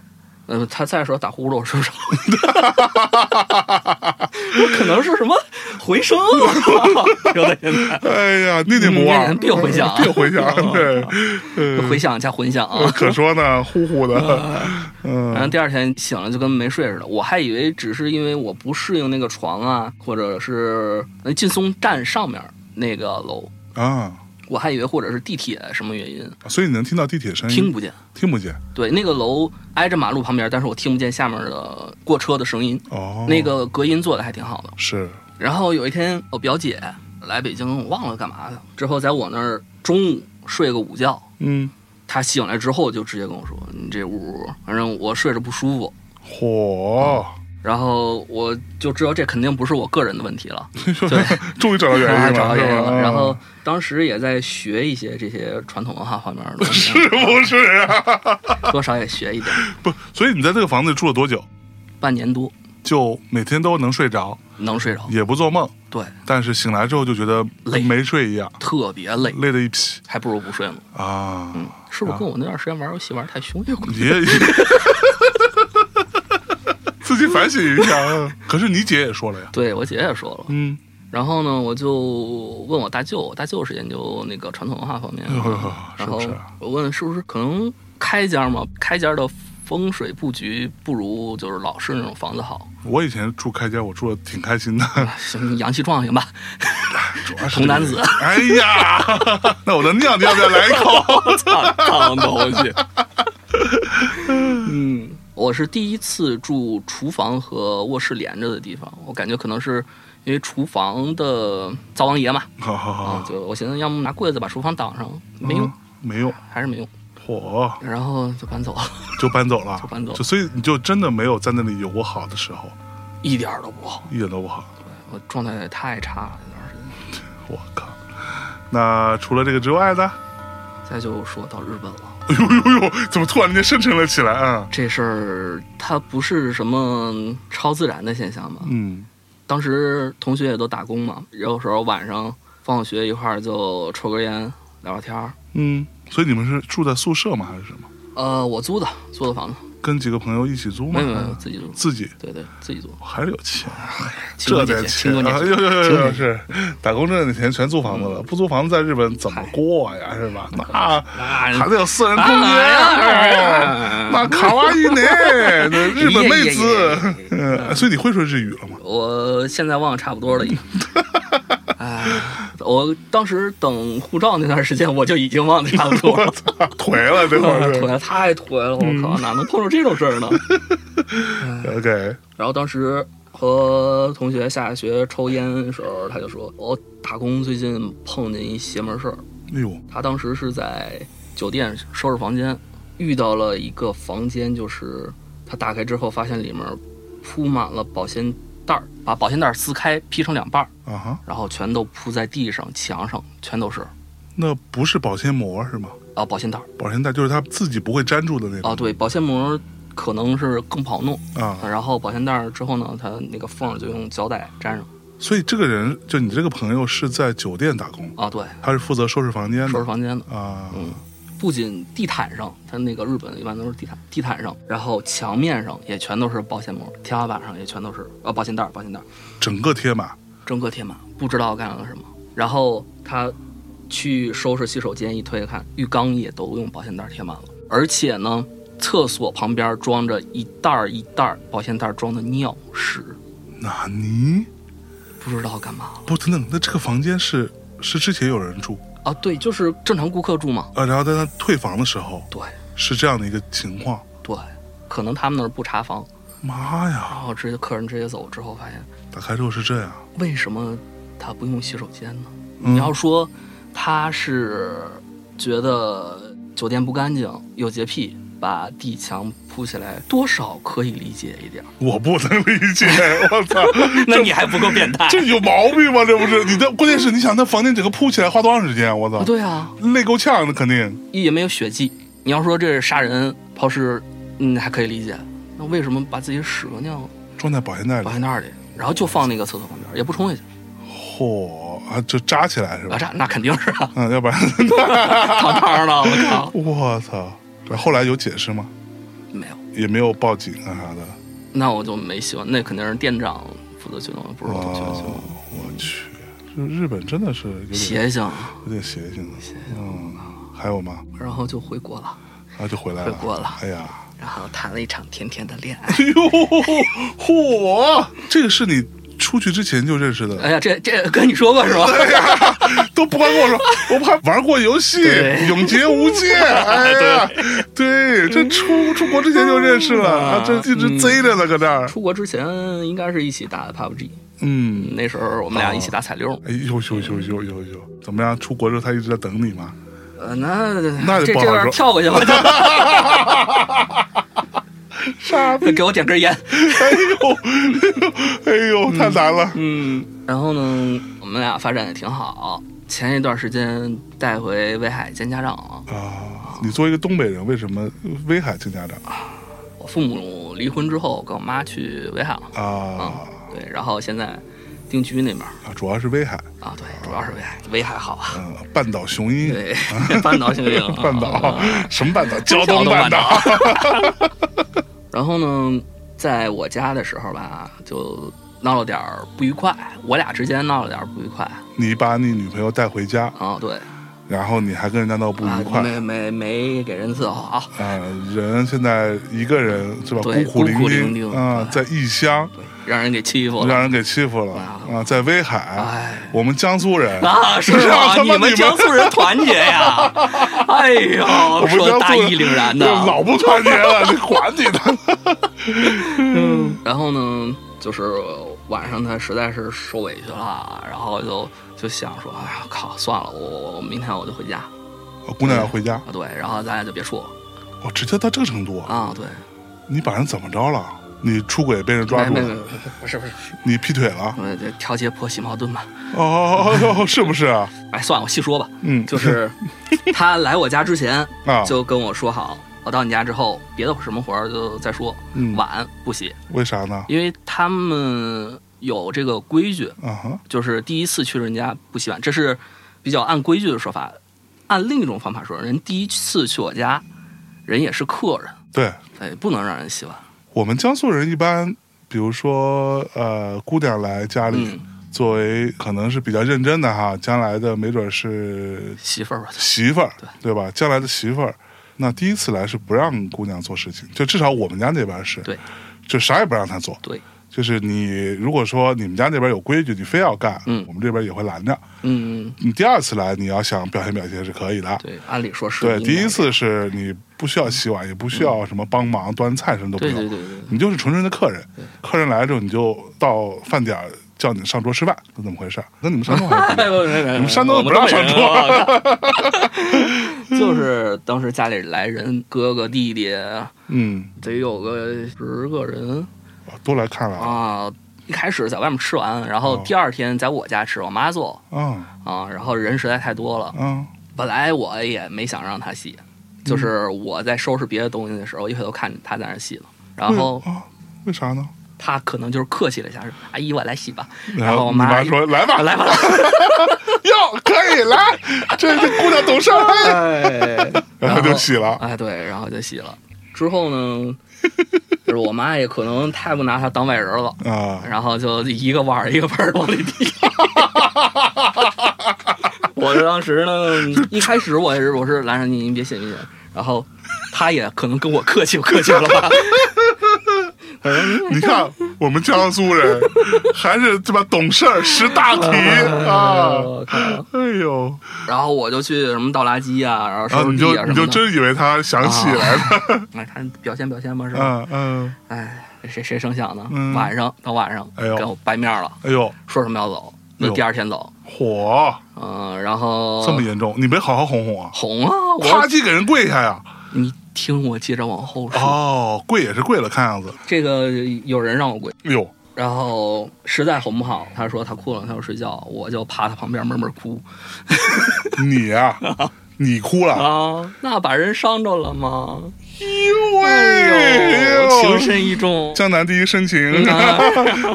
呃，他在的时候打呼噜，我睡 不着，我可能是什么回 声啊，有的现在。
哎呀， 念念不忘，
嗯别回想
别回想，对，
回
呃，
想加混响啊。
可说呢，呼呼的，
然后
嗯，
第二天醒了就跟没睡似的，我还以为只是因为我不适应那个床啊，或者是那劲松站上面那个楼，
啊，
我还以为或者是地铁什么原因
所以你能听到地铁声音，
听不见。
听不见
对，那个楼挨着马路旁边，但是我听不见下面的过车的声音，
哦，
那个隔音做的还挺好的。
是
然后有一天我表姐来北京，我忘了干嘛去了，之后在我那儿中午睡个午觉，
嗯，
他醒来之后就直接跟我说：“你这屋，反正我睡着不舒服。
嚯，”
然后我就知道这肯定不是我个人的问题了，对，
终于找到原因 嗯
啊
了，
找到原因
是吧
了。然后当时也在学一些这些传统文化方面的东西，
是 不是啊？
多少也学一点，
不，所以你在这个房子里住了多久？
半年多
就每天都能睡着，
能睡着，
也不做梦，
对，
但是醒来之后就觉得
累
跟没睡一样，
特别累，
累得一批
还不如不睡呢。
啊！
是不是跟我那段时间玩游戏玩太凶了？
也 自己反省一下啊。可是你姐也说了呀，
对我姐也说了，
嗯，
然后呢，我就问我大舅，我大舅是研究那个传统文化方面的
哎，呦是
然
不
后
是啊？
我问是不是可能开间嘛，开间的风水布局不如就是老式那种房子好，
我以前住开间，我住的挺开心的，
行，阳气壮行吧，
主要是
童男子，
哎呀， 那我的尿你要不要来一 口？
我操，脏东西。 嗯，我是第一次住厨房和卧室连着的地方，我感觉可能是因为厨房的灶王爷嘛，
好好
啊，
好，
就我寻思要么拿柜子把厨房挡上，没用
嗯，，没用，
还是没用，
嚯，
然后就搬走了，
就搬走了，
就搬走了
所以你就真的没有在那里有过好的时候，
一点儿都不好，
一点都不好。
我状态太差了，那段时间。
我靠！那除了这个之外呢？
再就说到日本了，
哎呦呦呦，怎么突然间深沉了起来啊？
这事儿它不是什么超自然的现象嘛。
嗯，
当时同学也都打工嘛，有时候晚上放学一块儿就抽根烟聊聊天儿。
嗯，所以你们是住在宿舍吗？还是什么？
呃，我租的租的房子，
跟几个朋友一起租吗？
没有没有自己租，
自己
对对自己租。
还是有钱，
勤工
这
俭
点
学勤工俭
啊！
学
呦呦呦
勤工
呦，
俭学
是打工挣的钱全租房子
嗯
了，不租房子在日本怎么过呀？是吧？那
嗯啊
还得有私人空啊哎 间，那卡哇伊呢？那日本妹
哎
子， 嗯，所以你会说日语了吗？
我现在忘得差不多了已经。哎，我当时等护照那段时间，我就已经忘得差不 多
我
了。
操，颓了 这会儿
颓
是。
了，太颓了！我靠，哪能碰上这种事儿呢？
OK，
然后当时和同学下学抽烟的时候，他就说：“我打工最近碰见一邪门事儿。
哎呦，”
他当时是在酒店收拾房间，遇到了一个房间，就是他打开之后发现里面铺满了保鲜袋儿，把保鲜袋儿撕开劈成两半儿，
啊哈，
然后全都铺在地上、墙上，全都是
那不是保鲜膜是吗？
啊保鲜袋儿
保鲜袋就是它自己不会粘住的那
啊，
种
对，保鲜膜可能是更不好弄。
啊。
然后保鲜袋儿之后呢，它那个缝儿就用胶带粘上
所以这个人，就你这个朋友是在酒店打工，
啊，对，
他是负责收拾房间
收拾
的
房间的。
啊。
嗯，不仅地毯上，它那个日本一般都是地毯，地毯上，然后墙面上也全都是保鲜膜，天花板上也全都是啊保鲜袋儿，保鲜袋儿，
整个贴满，
整个贴满，不知道干了什么。然后他去收拾洗手间，一推开看，浴缸也都用保鲜袋儿贴满了，而且呢，厕所旁边装着一袋儿一袋儿保鲜袋儿装的尿屎，
那你
不知道干嘛了
不等等，那这个房间是是之前有人住
啊？对，就是正常顾客住嘛，
啊，然后在他退房的时候
对
是这样的一个情况。
对，可能他们那儿不查房，
妈呀，
然后直接客人直接走之后发现。
打开之后是这样，
为什么他不用洗手间呢？
嗯
你要说他是觉得酒店不干净，有洁癖，把地墙铺起来，多少可以理解一点儿。
我不能理解， 我操，
那你还不够变态
这有毛病吗？这不是你的，关键是你想那房间整个铺起来花多长时间？我
啊？
操，
对啊，
累够呛的肯定。
也没有血迹。你要说这是杀人抛尸，嗯，还可以理解。那为什么把自己屎和尿
装在保鲜袋里
放，在那儿里，然后就放那个厕所旁边，也不冲下去？
嚯啊，就扎起来是吧
啊，？这那肯定是啊，
嗯，要不然，
堂堂的，我靠，
我操！然后后来有解释吗？
没有。
也没有报警啊啥的。
那我就没希望，那肯定是店长负责去弄，不是我去去弄。
哦，我去，这日本真的是有点
邪性，
有点邪性的。啊嗯，还有吗？
然后就回国了，
然后就回来了。
回国了
哎呀，
然后谈了一场甜甜的恋爱。
哎呦，嚯！这个是你出去之前就认识的，
哎呀，这这跟你说过 是吧？
都不光跟我说，我们还玩过游戏
对
《永劫无 间》。哎呀，对，这出出国之前就认识了，
嗯
啊，这一直贼着呢，搁这儿。
出国之前应该是一起打的 PUBG，
嗯。
那时候我们俩一起打彩溜。
哎呦呦呦呦呦呦！怎么样？出国之后他一直在等你吗？
呃，那
那
这
就不
这
好
段
说
跳过去 吧，
傻逼！
给我点根烟。
哎呦， 哎呦，太难了。
嗯，然后呢，我们俩发展也挺好。前一段时间带回威海见家长，
啊，你作为一个东北人，为什么威海见家长
我父母离婚之后跟我妈去威海了。
啊？
对，然后现在定居那边儿
啊，主要是威海，
啊，对，主
哦
要是威海，威海好啊。
嗯，半岛雄鹰，
对， 半岛行不行？
半岛
啊
什么半岛？
交
胶
通
东
半
半岛。
然后呢，在我家的时候吧，就闹了点儿不愉快，我俩之间闹了点儿不愉快
你把你女朋友带回家，
啊，对，
然后你还跟人家闹不愉
啊、
快
没没没给人伺候好，
啊！人现在一个人是吧？
对
孤苦
孤苦
伶
伶仃
啊，在
对
异乡
对，让人给欺负了
让。人给欺负了
啊
啊，在威
哎
海，我们江苏人
啊，是
让
吗？
他妈
你们江苏人团结呀！ 哎呦
我，们
说
江
得大
苏人
义凛然的。啊
老不团结了，你管你呢。
然后呢，就是晚上他实在是受委屈了，然后就就想说，哎呀，靠，算了，我我我明天我就回家啊。
姑娘要回家，
对，然后咱俩就别处了
我直接到这个程度啊！
啊。对，哎
你把人怎么着了？你出轨被人抓住
没没
了
没，，不是不是，
你劈腿了？
我这调节婆媳矛盾嘛。
哦 哦哦，是不是啊？
哎，算了，我细说吧。
嗯，
就是他来我家之前
啊，
就跟我说好，我到你家之后，别的什么活儿就再说，
嗯
碗不洗，
为啥呢？
因为他们有这个规矩，
啊哈，
就是第一次去人家不洗碗，这是比较按规矩的说法。按另一种方法说，人第一次去我家，人也是客人，
对
哎，不能让人洗碗。
我们江苏人一般，比如说呃，姑娘来家里，
嗯，
作为可能是比较认真的哈，将来的没准是
媳妇儿吧，
媳妇儿
对，
对吧？将来的媳妇儿，那第一次来是不让姑娘做事情，就至少我们家那边是，
对，
就啥也不让她做，
对，
就是你如果说你们家那边有规矩，你非要干，
嗯
我们这边也会拦着。
嗯，
你第二次来，你要想表现表现是可以的，
对，按理说是
对，
应该
第一，次是你不需要洗碗，也不需要什么帮忙端菜，什么都不
对
用，
对对对，
你就是纯纯的客人。客人来了之后，你就到饭点儿叫你上桌吃饭，是怎么回事？那你们山东还不一样
你
们山东人不让上桌
啊 就是当时家里来人，哥哥弟弟
嗯，
得有个十个人
都来看了啊
啊。一开始在外面吃完，然后
哦
第二天在我家吃，我妈做
啊
啊。然后人实在太多了，
啊
本来我也没想让他洗，就是我在收拾别的东西的时候，一回头看他在那儿洗了，然后
为啊，为啥呢？
他可能就是客气了一下，说：“阿姨，我来洗吧。”
然
然后我
你妈说：“来 吧，
来吧。
哟，可以来，这这姑娘懂事儿。 哎
哎”
然后就洗了。
哎，对，然后就洗了。之后 呢，就是我妈也可能太不拿他当外人了，
啊，
然后就一个碗儿一个盆儿往里递。我当时呢，一开始我也是我是拦着你，您别信别信。然后他也可能跟我客气客气了吧，
你看我们江苏人还是这么懂事儿，识大体啊！
我靠
哎呦，
然后我就去什么倒垃圾啊，然后
然后
收拾
你
地
就
啊什
你就
么的。
真以为他想起来了，
哎，看表现表现吧，是吧？
嗯嗯，
哎，谁谁成想呢？
嗯
晚上到晚上，
哎呦
给我掰面了，
哎呦，
说什么要走，
哎
那
呦
第二天走。
火
嗯，然后
这么严重，你没好好哄哄啊？
红啊，
啪
我
叽给人跪下呀！
你听我接着往后说，
哦，跪也是跪了，看样子，
这个有人让我跪，
哎呦，
然后实在哄不好，他说他困了，他要睡觉，我就趴他旁边闷闷哭
你呀， 你哭了，
啊，那把人伤着了吗？
哎
哎
呦
呦，情深意重。
江南第一深
嗯
情，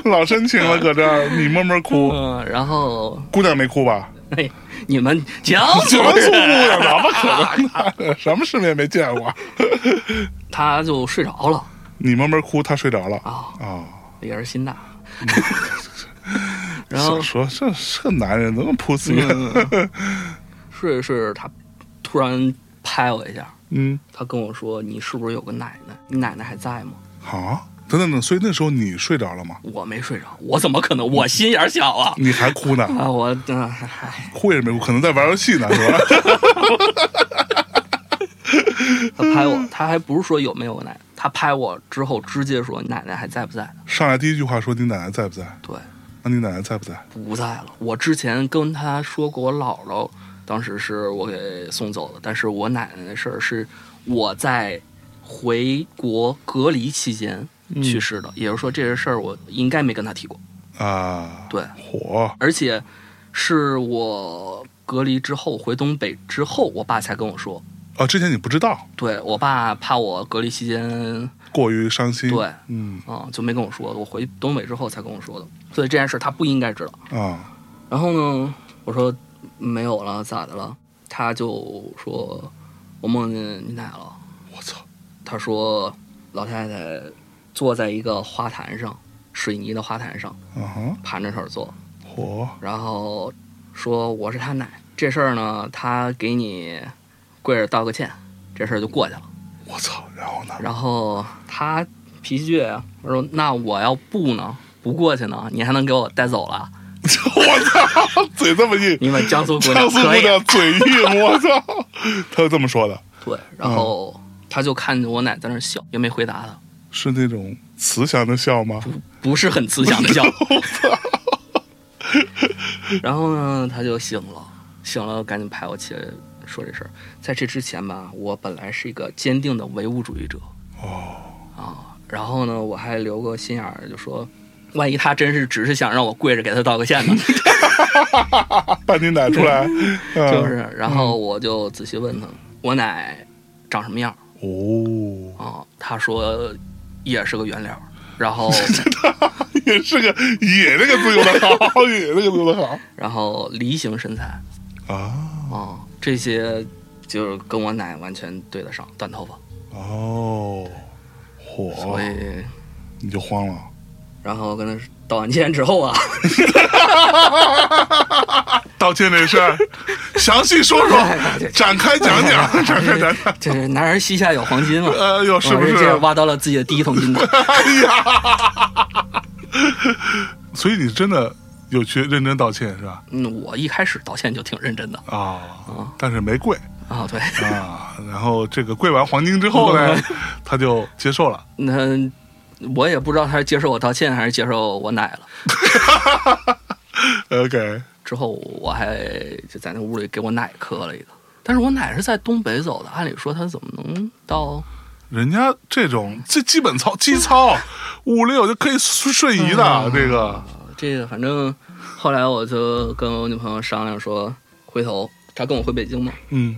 老深情了，搁这儿你慢慢哭，
啊嗯，然后
姑娘没哭吧？
嘿，你们江苏
江苏姑
人，
娘怎么可能呢？ 什么世面没见过？
他就睡着了
你慢慢哭，他睡着了
啊，
啊！
也是心大。然
想
后
说这这男人怎么 pussy？
嗯睡着睡着，他突然拍我一下，
嗯，
他跟我说：“你是不是有个奶奶？你奶奶还在吗
好，嗯啊等等等，所以那时候你睡着了吗？”？
我没睡着，我怎么可能？我心眼儿小啊！
你还哭 呢？
啊，我嗯，唉
哭也没哭，可能在玩游戏呢，是吧？
他拍我，他还不是说有没有个奶奶，他拍我之后直接说：“奶奶还在不在
上来第一句话说你奶奶在啊不在？？”
对，
那你奶奶在不在？
不在了。我之前跟他说过，我姥姥当时是我给送走的。但是我奶奶的事儿是我在回国隔离期间去世的，也就是说这个事儿我应该没跟她提过。
啊，
对
火
而且是我隔离之后回东北之后，我爸才跟我说。
啊，之前你不知道，
对我爸怕我隔离期间，
过于伤心，
对，
嗯
啊、就没跟我说。我回东北之后才跟我说的，所以这件事他不应该知道。
啊，
然后呢，我说没有了，咋的了？他就说我梦见你奶了。
我操，
他说老太太坐在一个花坛上，水泥的花坛上，
啊哈，
盘着手坐，
火
然后说我是他奶。这事儿呢，他给你跪着道个歉，这事儿就过去了。
我操，然后呢？
然后他脾气倔啊，我说那我要不呢，不过去呢，你还能给我带走了？
我操，嘴这么硬，
你们江苏姑
江
娘
苏
可
姑
以。
娘嗯嘴硬，我操，他是这么说的，
对，然后他就看着我奶在那儿笑，也没回答他，
是那种慈祥的笑吗？
不是很慈祥的笑。 然后呢，他就醒了，醒了赶紧拍我起来说这事儿。在这之前吧，我本来是一个坚定的唯物主义者
哦，
啊，然后呢，我还留个心眼儿，就说。万一他真是只是想让我跪着给他道个歉呢？
把你奶出 来，
就
嗯
是，然后我就仔细问他，我奶长什么样
哦，
啊、他说也是个圆脸儿，然 后
也是个也那个字用的好，也那个字用的好
然后梨形身材
啊，
啊、这些就是跟我奶完全对得上，短头发，
哦，火哦
所，以
你就慌了。
然后跟他道完歉之后啊，
道歉这事 儿，详细说说，展开讲讲， 展开讲讲。
这是男人膝下有黄 金嘛，
哎呦，是不
我
是
这？是挖到了自己的第一桶金的，
所以你真的有去认真道歉是吧？
嗯，我一开始道歉就挺认真的
啊，但是没跪
啊，对，
啊。然后这个跪完黄金之后
嗯
呢，他就接受了。
那我也不知道他是接受我道歉还是接受我奶了。
OK，
之后我还就在那屋里给我奶磕了一个。但是我奶是在东北走的，按理说她怎么能到？
人家这种这基本操基操五六就可以瞬移的这个
呃这个反正后来我就跟我女朋友商量说，回头她跟我回北京嘛，
嗯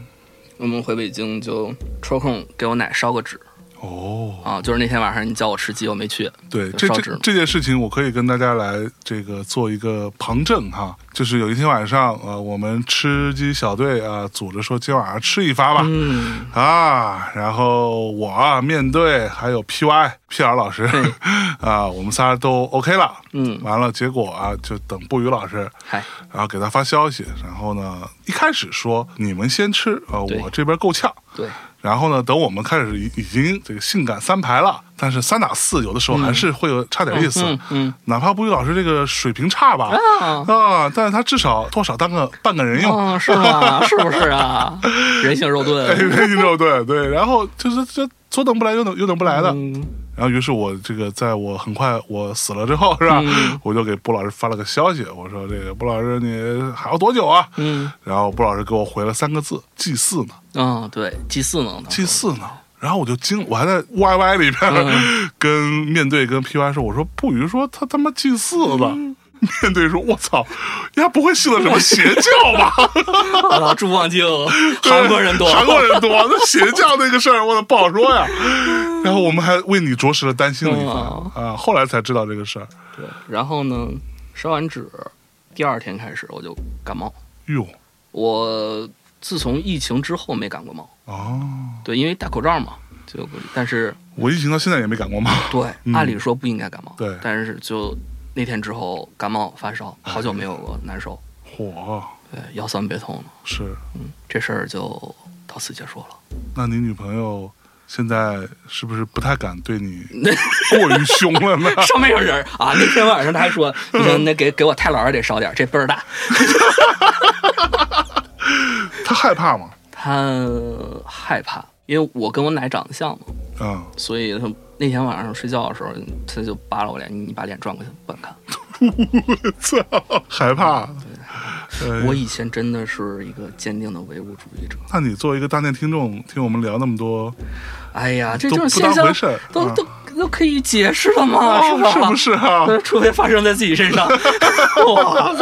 我们回北京就抽空给我奶烧个纸
哦。
啊。就是那天晚上你叫我吃鸡，我没去。
对，
就
这
烧纸
这
嘛
这件事情，我可以跟大家来这个做一个旁证哈，就是有一天晚上，呃，我们吃鸡小队啊、组织说今晚上吃一发吧，
嗯，
啊，然后我啊面对还有 PY 屁眼老师 啊，我们仨都 OK 了，
嗯
完了结果啊就等布宇老师，
嗨，
然后给他发消息，然后呢一开始说你们先吃啊、
对
我这边够呛。
对，
然后呢，等我们开始已已经这个性感三排了，但是三打四有的时候还是会有差点意思，
嗯嗯
哪怕布宇老师这个水平差吧，
啊
啊，但是他至少多少当个半个人用，
哦，是吗？是不是啊？人性肉
哎，
盾，
对对对 对，然后就是这左等不来右等右等不来的，
嗯
然后于是我这个在我很快我死了之后是吧，
嗯
我就给布老师发了个消息，我说这个布老师你还要多久啊？
嗯，
然后布老师给我回了三个字：祭祀呢，
嗯，对，祭 祀呢？
祭祀呢。然后我就惊，我还在 YY 里边、
嗯
跟面对跟 PY 说，我说不宇说他他妈祭祀了。
嗯
面对说：“我操，人家不会信了什么邪教吧？”
我操，朱望京，韩国人多，
韩国人多，那邪教那个事儿，我操，不好说 呀。然后我们还为你着实的担心了一番
嗯
啊，后来才知道这个事儿。
对，然后呢，烧完纸，第二天开始我就感冒。
哟，
我自从疫情之后没感过冒，
哦，
对，因为戴口罩嘛，就但是
我疫情到现在也没感过冒。
对，按理说不应该感冒，
对
但是就那天之后感冒发烧，好久没有过难受，
火
对，腰酸背痛了，
是，
这事儿就到此结束了。
那你女朋友现在是不是不太敢对你过于凶了 呢？
上面有人儿啊！ 那天晚上他还说，你说那给给我太姥儿得烧点儿，这倍儿大。
她害怕吗？
他害怕，因为我跟我奶长得像嘛，
啊、
所以他那天晚上睡觉的时候，他就扒拉我脸，你把脸转过去不敢看。
操，害怕。呃
我以前真的是一个坚定的唯物主义者。
那你作为一个大内听众，听我们聊那么多，
哎呀，这
都
就是
不当
现象
回事儿，
都
啊
都都可以解释哦了嘛，是吧？
是不是啊？
呃除非发生在自己 身上，我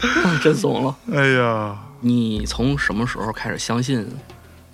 操，真怂了。
哎呀，
你从什么时候开始相信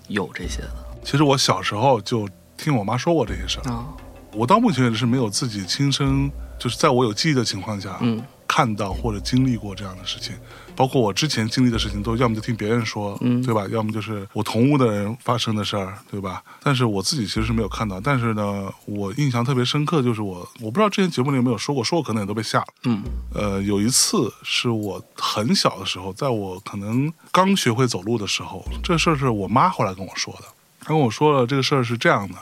有这些的
其实我小时候就听我妈说过这些事儿，
啊？
我到目前为止是没有自己亲身，就是在我有记忆的情况下，
嗯
看到或者经历过这样的事情。包括我之前经历的事情，都要么就听别人说，
嗯
对吧？要么就是我同屋的人发生的事儿，对吧？但是我自己其实是没有看到。但是呢，我印象特别深刻，就是我我不知道之前节目里有没有说过，说过可能也都被吓了。
嗯
呃，有一次是我很小的时候，在我可能刚学会走路的时候，这事儿是我妈后来跟我说的。她跟我说了这个事儿是这样的，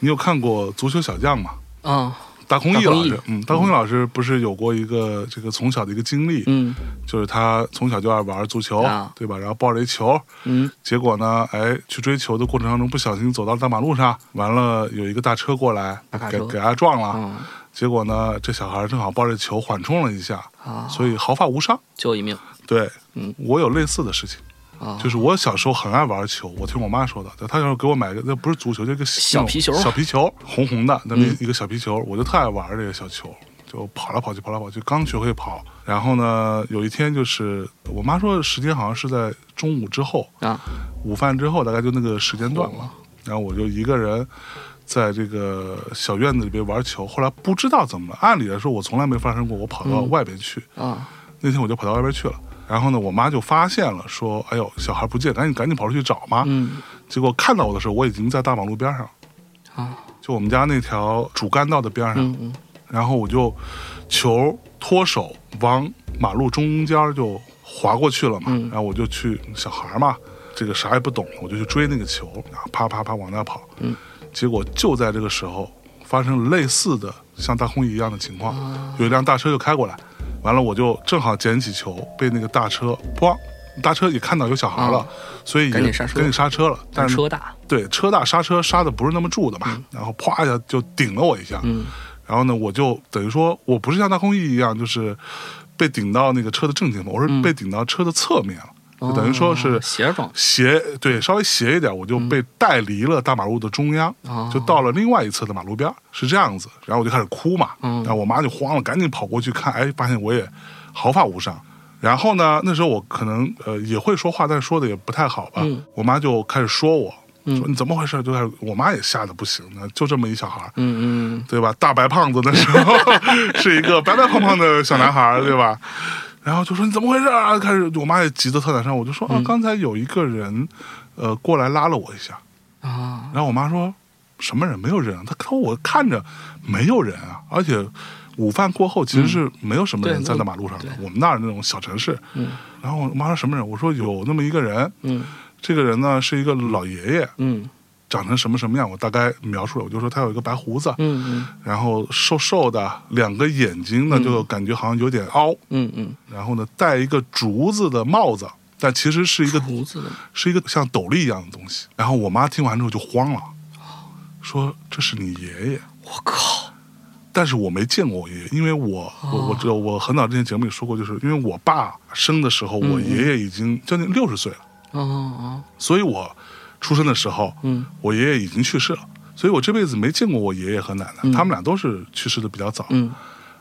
你有看过《足球小将》吗？
啊
大空
大
翼
空
老
翼
师，嗯，大空翼老师不是有过一个这个从小的一个经历，
嗯
就是他从小就爱玩足球，
啊
对吧？然后抱着一球，
嗯
结果呢，哎，去追球的过程当中不小心走到大马路上，完了有一个大车过来
大卡
给
车
给他撞了，
嗯
结果呢，这小孩正好抱着球缓冲了一下，
啊，
所以毫发无伤。
救一命
对，
嗯
我有类似的事情，
啊，
就是我小时候很爱玩球，我听我妈说的，她小时候给我买个那不是足球，就一个
小皮球
那种小皮球红红的那么
嗯
一个小皮球，我就特爱玩这个小球，就跑来跑去，跑来跑去，刚学会跑。然后呢，有一天就是我妈说时间好像是在中午之后，
啊
午饭之后大概就那个时间段嘛，然后我就一个人。在这个小院子里边玩球，后来不知道怎么了。按理来说，我从来没发生过，我跑到
嗯
外边去，
啊
那天我就跑到外边去了。然后呢，我妈就发现了，说：“哎呦，小孩不见，赶紧赶紧跑出去找嘛。
嗯
结果看到我的时候，我已经在大马路边上，
啊
就我们家那条主干道的边上。
嗯嗯
然后我就球脱手往马路中间就划过去了嘛。
嗯
然后我就去小孩嘛，这个啥也不懂，我就去追那个球，然后啪啪啪往那跑。
嗯
结果就在这个时候发生了类似的像大空翼一样的情况，
啊
有一辆大车就开过来，完了我就正好捡起球，被那个大车咣，大车也看到有小孩了，
啊
所以也
赶紧刹车
赶紧刹车了，但是
车大
对车大刹车刹的不是那么住的嘛，然后啪一下就顶了我一下，
嗯
然后呢我就等于说我不是像大空翼一样就是被顶到那个车的正前方，我是被顶到车的侧面了，就等于说是
哦斜着撞
斜对稍微斜一点，我就被带离了大马路的中央，
哦
就到了另外一侧的马路边儿，是这样子。然后我就开始哭嘛，
嗯
然后我妈就慌了，赶紧跑过去看，哎，发现我也毫发无伤。然后呢，那时候我可能呃也会说话，但是说的也不太好吧。
嗯
我妈就开始说我，
嗯
说你怎么回事？就开始，我妈也吓得不行了，就这么一小孩儿，
嗯嗯
对吧？大白胖子那时候是一个白白胖胖的小男孩儿，对吧？然后就说你怎么回事啊？开始我妈也急得特难受，我就说
嗯
啊，刚才有一个人，呃，过来拉了我一下。
啊
然后我妈说什么人？没有人啊。她她说我看着没有人啊，而且午饭过后其实是没有什么人
嗯对
在那马路上的
对，
我们那儿那种小城市。
嗯
然后我妈说什么人？我说有那么一个人，
嗯
这个人呢是一个老爷爷，
嗯
长成什么什么样，我大概描述了，我就说他有一个白胡子，
嗯
然后瘦瘦的，两个眼睛呢就感觉好像有点凹，
嗯嗯
然后呢戴一个竹子的帽子，但其实是一个
嗯，胡子的
是一个像斗笠一样的东西。然后我妈听完之后就慌了，说这是你爷爷。
我靠啊
但是我没见过我爷爷，因为我我我知道我很早之前节目里说过，就是因为我爸生的时
嗯
候，我爷爷已经将近六十岁了，
哦哦
所以我出生的时候，
嗯
我爷爷已经去世了，所以我这辈子没见过我爷爷和奶奶，他们俩都是去世的比较早，
嗯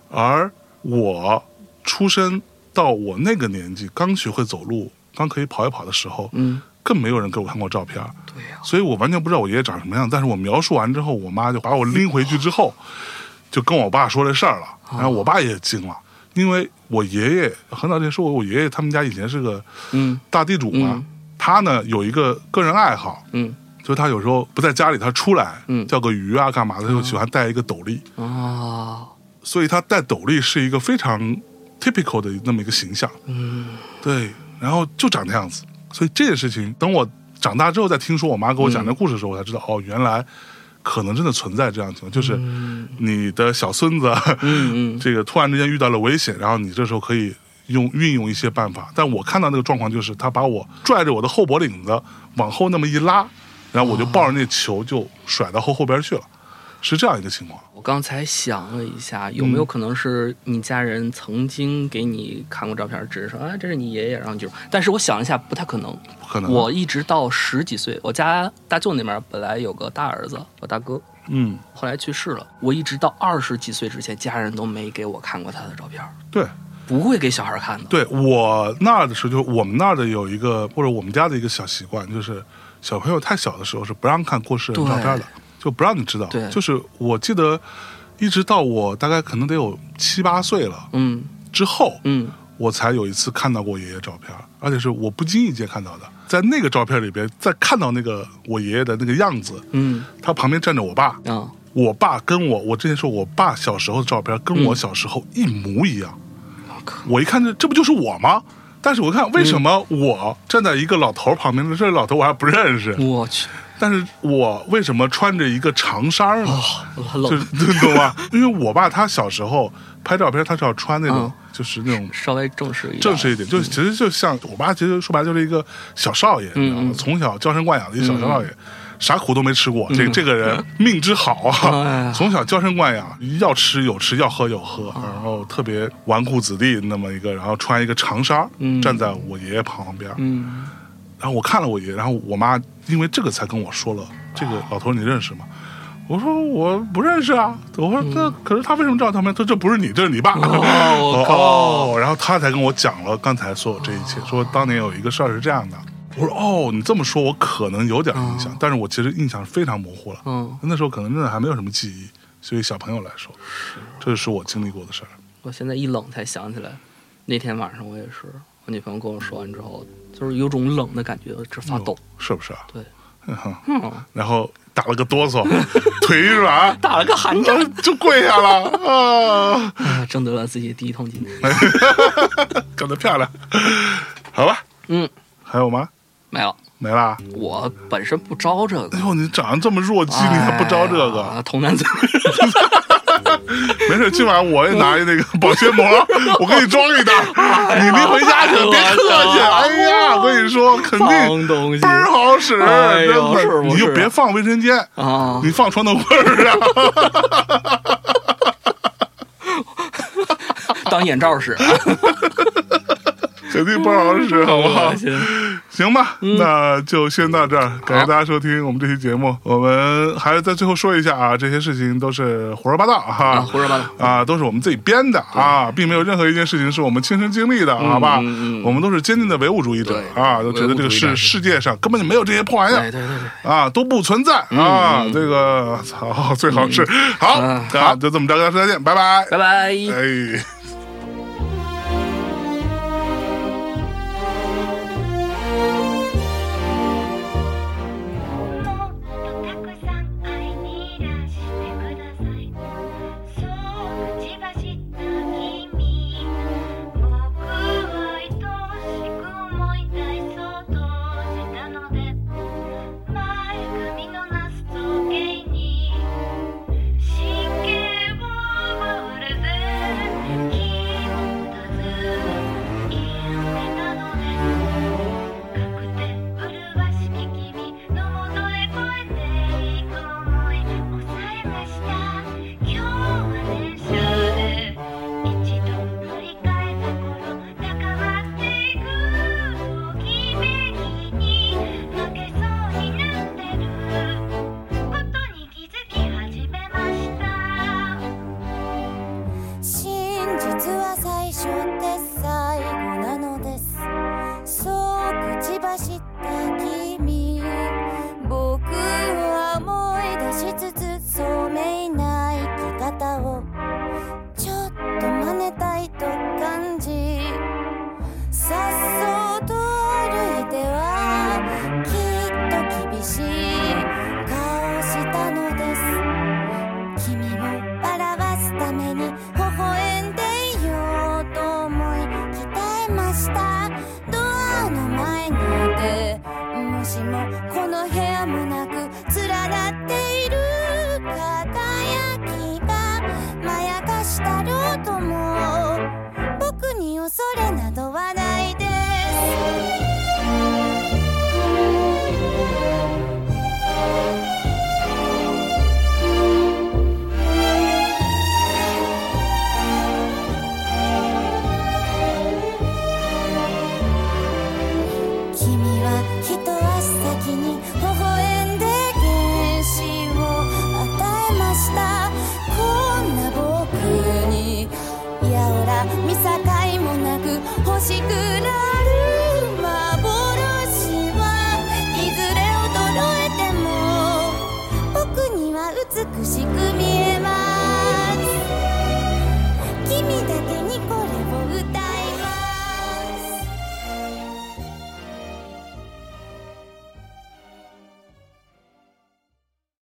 而我出生到我那个年纪，刚学会走路，刚可以跑一跑的时候，
嗯
更没有人给我看过照片，
对啊呀
所以我完全不知道我爷爷长什么样。但是我描述完之后，我妈就把我拎回去之后，就跟我爸说这事儿了，
啊
然后我爸也惊了，因为我爷爷很早之前说过，我爷爷他们家以前是个
嗯
大地主嘛，
嗯
他呢有一个个人爱好。
嗯
就是他有时候不在家里，他出来、
嗯
钓个鱼啊，干嘛的，他就喜欢带一个斗笠。
啊
所以他戴斗笠是一个非常 typical 的那么一个形象，
嗯
对，然后就长那样子。所以这件事情，等我长大之后再听说我妈给我
嗯
讲这故事的时候，我才知道，哦，原来可能真的存在这样的情况，就是你的小孙子，
嗯嗯
这个突然之间遇到了危险，然后你这时候可以用运用一些办法。但我看到那个状况就是，他把我拽着我的后脖领子往后那么一拉，然后我就抱着那球就甩到后后边去了。是这样一个情况。
我刚才想了一下，有没有可能是你家人曾经给你看过照片，只是说啊这是你爷爷，然后你就……但是我想了一下，不太可能。
不可能，
我一直到十几岁，我家大舅那边本来有个大儿子，我大哥，
嗯，
后来去世了。我一直到二十几岁之前，家人都没给我看过他的照片，
对
不会给小孩看的。
对，我那儿的时候，就是我们那儿的有一个或者我们家的一个小习惯，就是小朋友太小的时候是不让看过世人照片的
对，
就不让你知道
对。
就是我记得，一直到我大概可能得有七八岁了
嗯
之后，
嗯，
我才有一次看到过爷爷照片，而且是我不经意间看到的。在那个照片里边，再看到那个我爷爷的那个样子，
嗯
他旁边站着我爸，
啊，
我爸跟我，我之前说我爸小时候的照片跟我小时候一模一样。
我靠，
我一看这这不就是我吗？但是我看为什么我站在一个老头旁边的，这老头我还不认识，
我去，
但是我为什么穿着一个长衫呢？
我
就
冷，
是你懂吗？因为我爸他小时候拍照片，他是要穿那种、
嗯
就是那种
稍微正式一点，嗯
正式一点，就其实就像我爸，其实说白了就是一个小少
嗯
爷，你知道吗？从小娇生惯养的一个小少爷，啥苦都没吃过。这这个人命之好啊
嗯 哎，啊
从小娇生惯养，要吃有吃，要喝有喝，然后特别纨绔子弟那么一个，然后穿一个长衫儿，
嗯
站在我爷爷旁边。
嗯，
然后我看了我爷，然后我妈因为这个才跟我说了，这个老头你认识吗？我说我不认识啊，我说那可是他为什么知道他们？他说这不是你，这是你爸。
嗯哦我 靠哦
哦，然后他才跟我讲了刚才所有这一切，说当年有一个事儿是这样的。我说哦，你这么说，我可能有点印象，但是我其实印象是非常模糊了。
嗯，
那时候可能真的还没有什么记忆，所以小朋友来说，这是我经历过的事儿。
我现在一冷才想起来，那天晚上我也是，我女朋友跟我说完之后，就是有种冷的感觉，直发抖。
是不是啊？
对，
嗯，然后打了个哆嗦， 腿一软，
打了个寒战，
就跪下了 啊！
啊争得了自己的第一桶金。
哎干得漂亮，好吧，
嗯，
还有吗？
没有，
没啦。
我本身不招这个
哎。呦，你长得这么弱鸡，你还不招这
哎
个？
呀童男子
没事，今晚我也拿一那个保鲜 膜，我给你装一袋，你拎回家去，别客气。哎呀，我跟你说，肯定
脏东西
倍儿好使，
哎呦
真的
是不是
你就别放卫生间，
啊
你，放床头柜儿 上。
当眼 罩使，啊
肯定不好使，好不好
恶？心
行吧，
嗯
那就先到这儿，感谢大家收听我们这期节目。我们还是在最后说一下啊，这些事情都是胡说八道
啊，
哈。
胡说八道。嗯
啊，都是我们自己编的啊，并没有任何一件事情是我们亲身经历的，好吧？
嗯嗯
我们都是坚定的唯物主义者
对
啊，都觉得这
唯
个
物主义者
世世界上根本就没有这些破玩意
对
儿
哎对嗯对对，
啊，都不存在啊。这个操，最好是好
啊
啊，就这么着，跟大家说再见，拜拜，
拜拜。
哎。
「もっとたくさん愛に出してください」「そう口走った君」「僕は愛しく思い出そうとしたので」「前髪のなす造形に神経を奪われず」「気を持たず言ってたのです」「かくて麗しき君のもとへ越えていく思い」「抑えました今日は練習で」「一度振り返った頃高まっていくときめきに負けそうになってる」「ことに気づき始めました」
真実は最初で最後なのですそう口走った君僕は思い出しつつ聡明な生き方をちょっと真似たいと感じさっそうと歩いてはきっと厳しい顔したのです君を笑わすために微笑んでいようと思い鍛えましたドアの前にいてもしもこの部屋もなく連なっている
しくなる幻はいずれ衰えても僕には美しく見える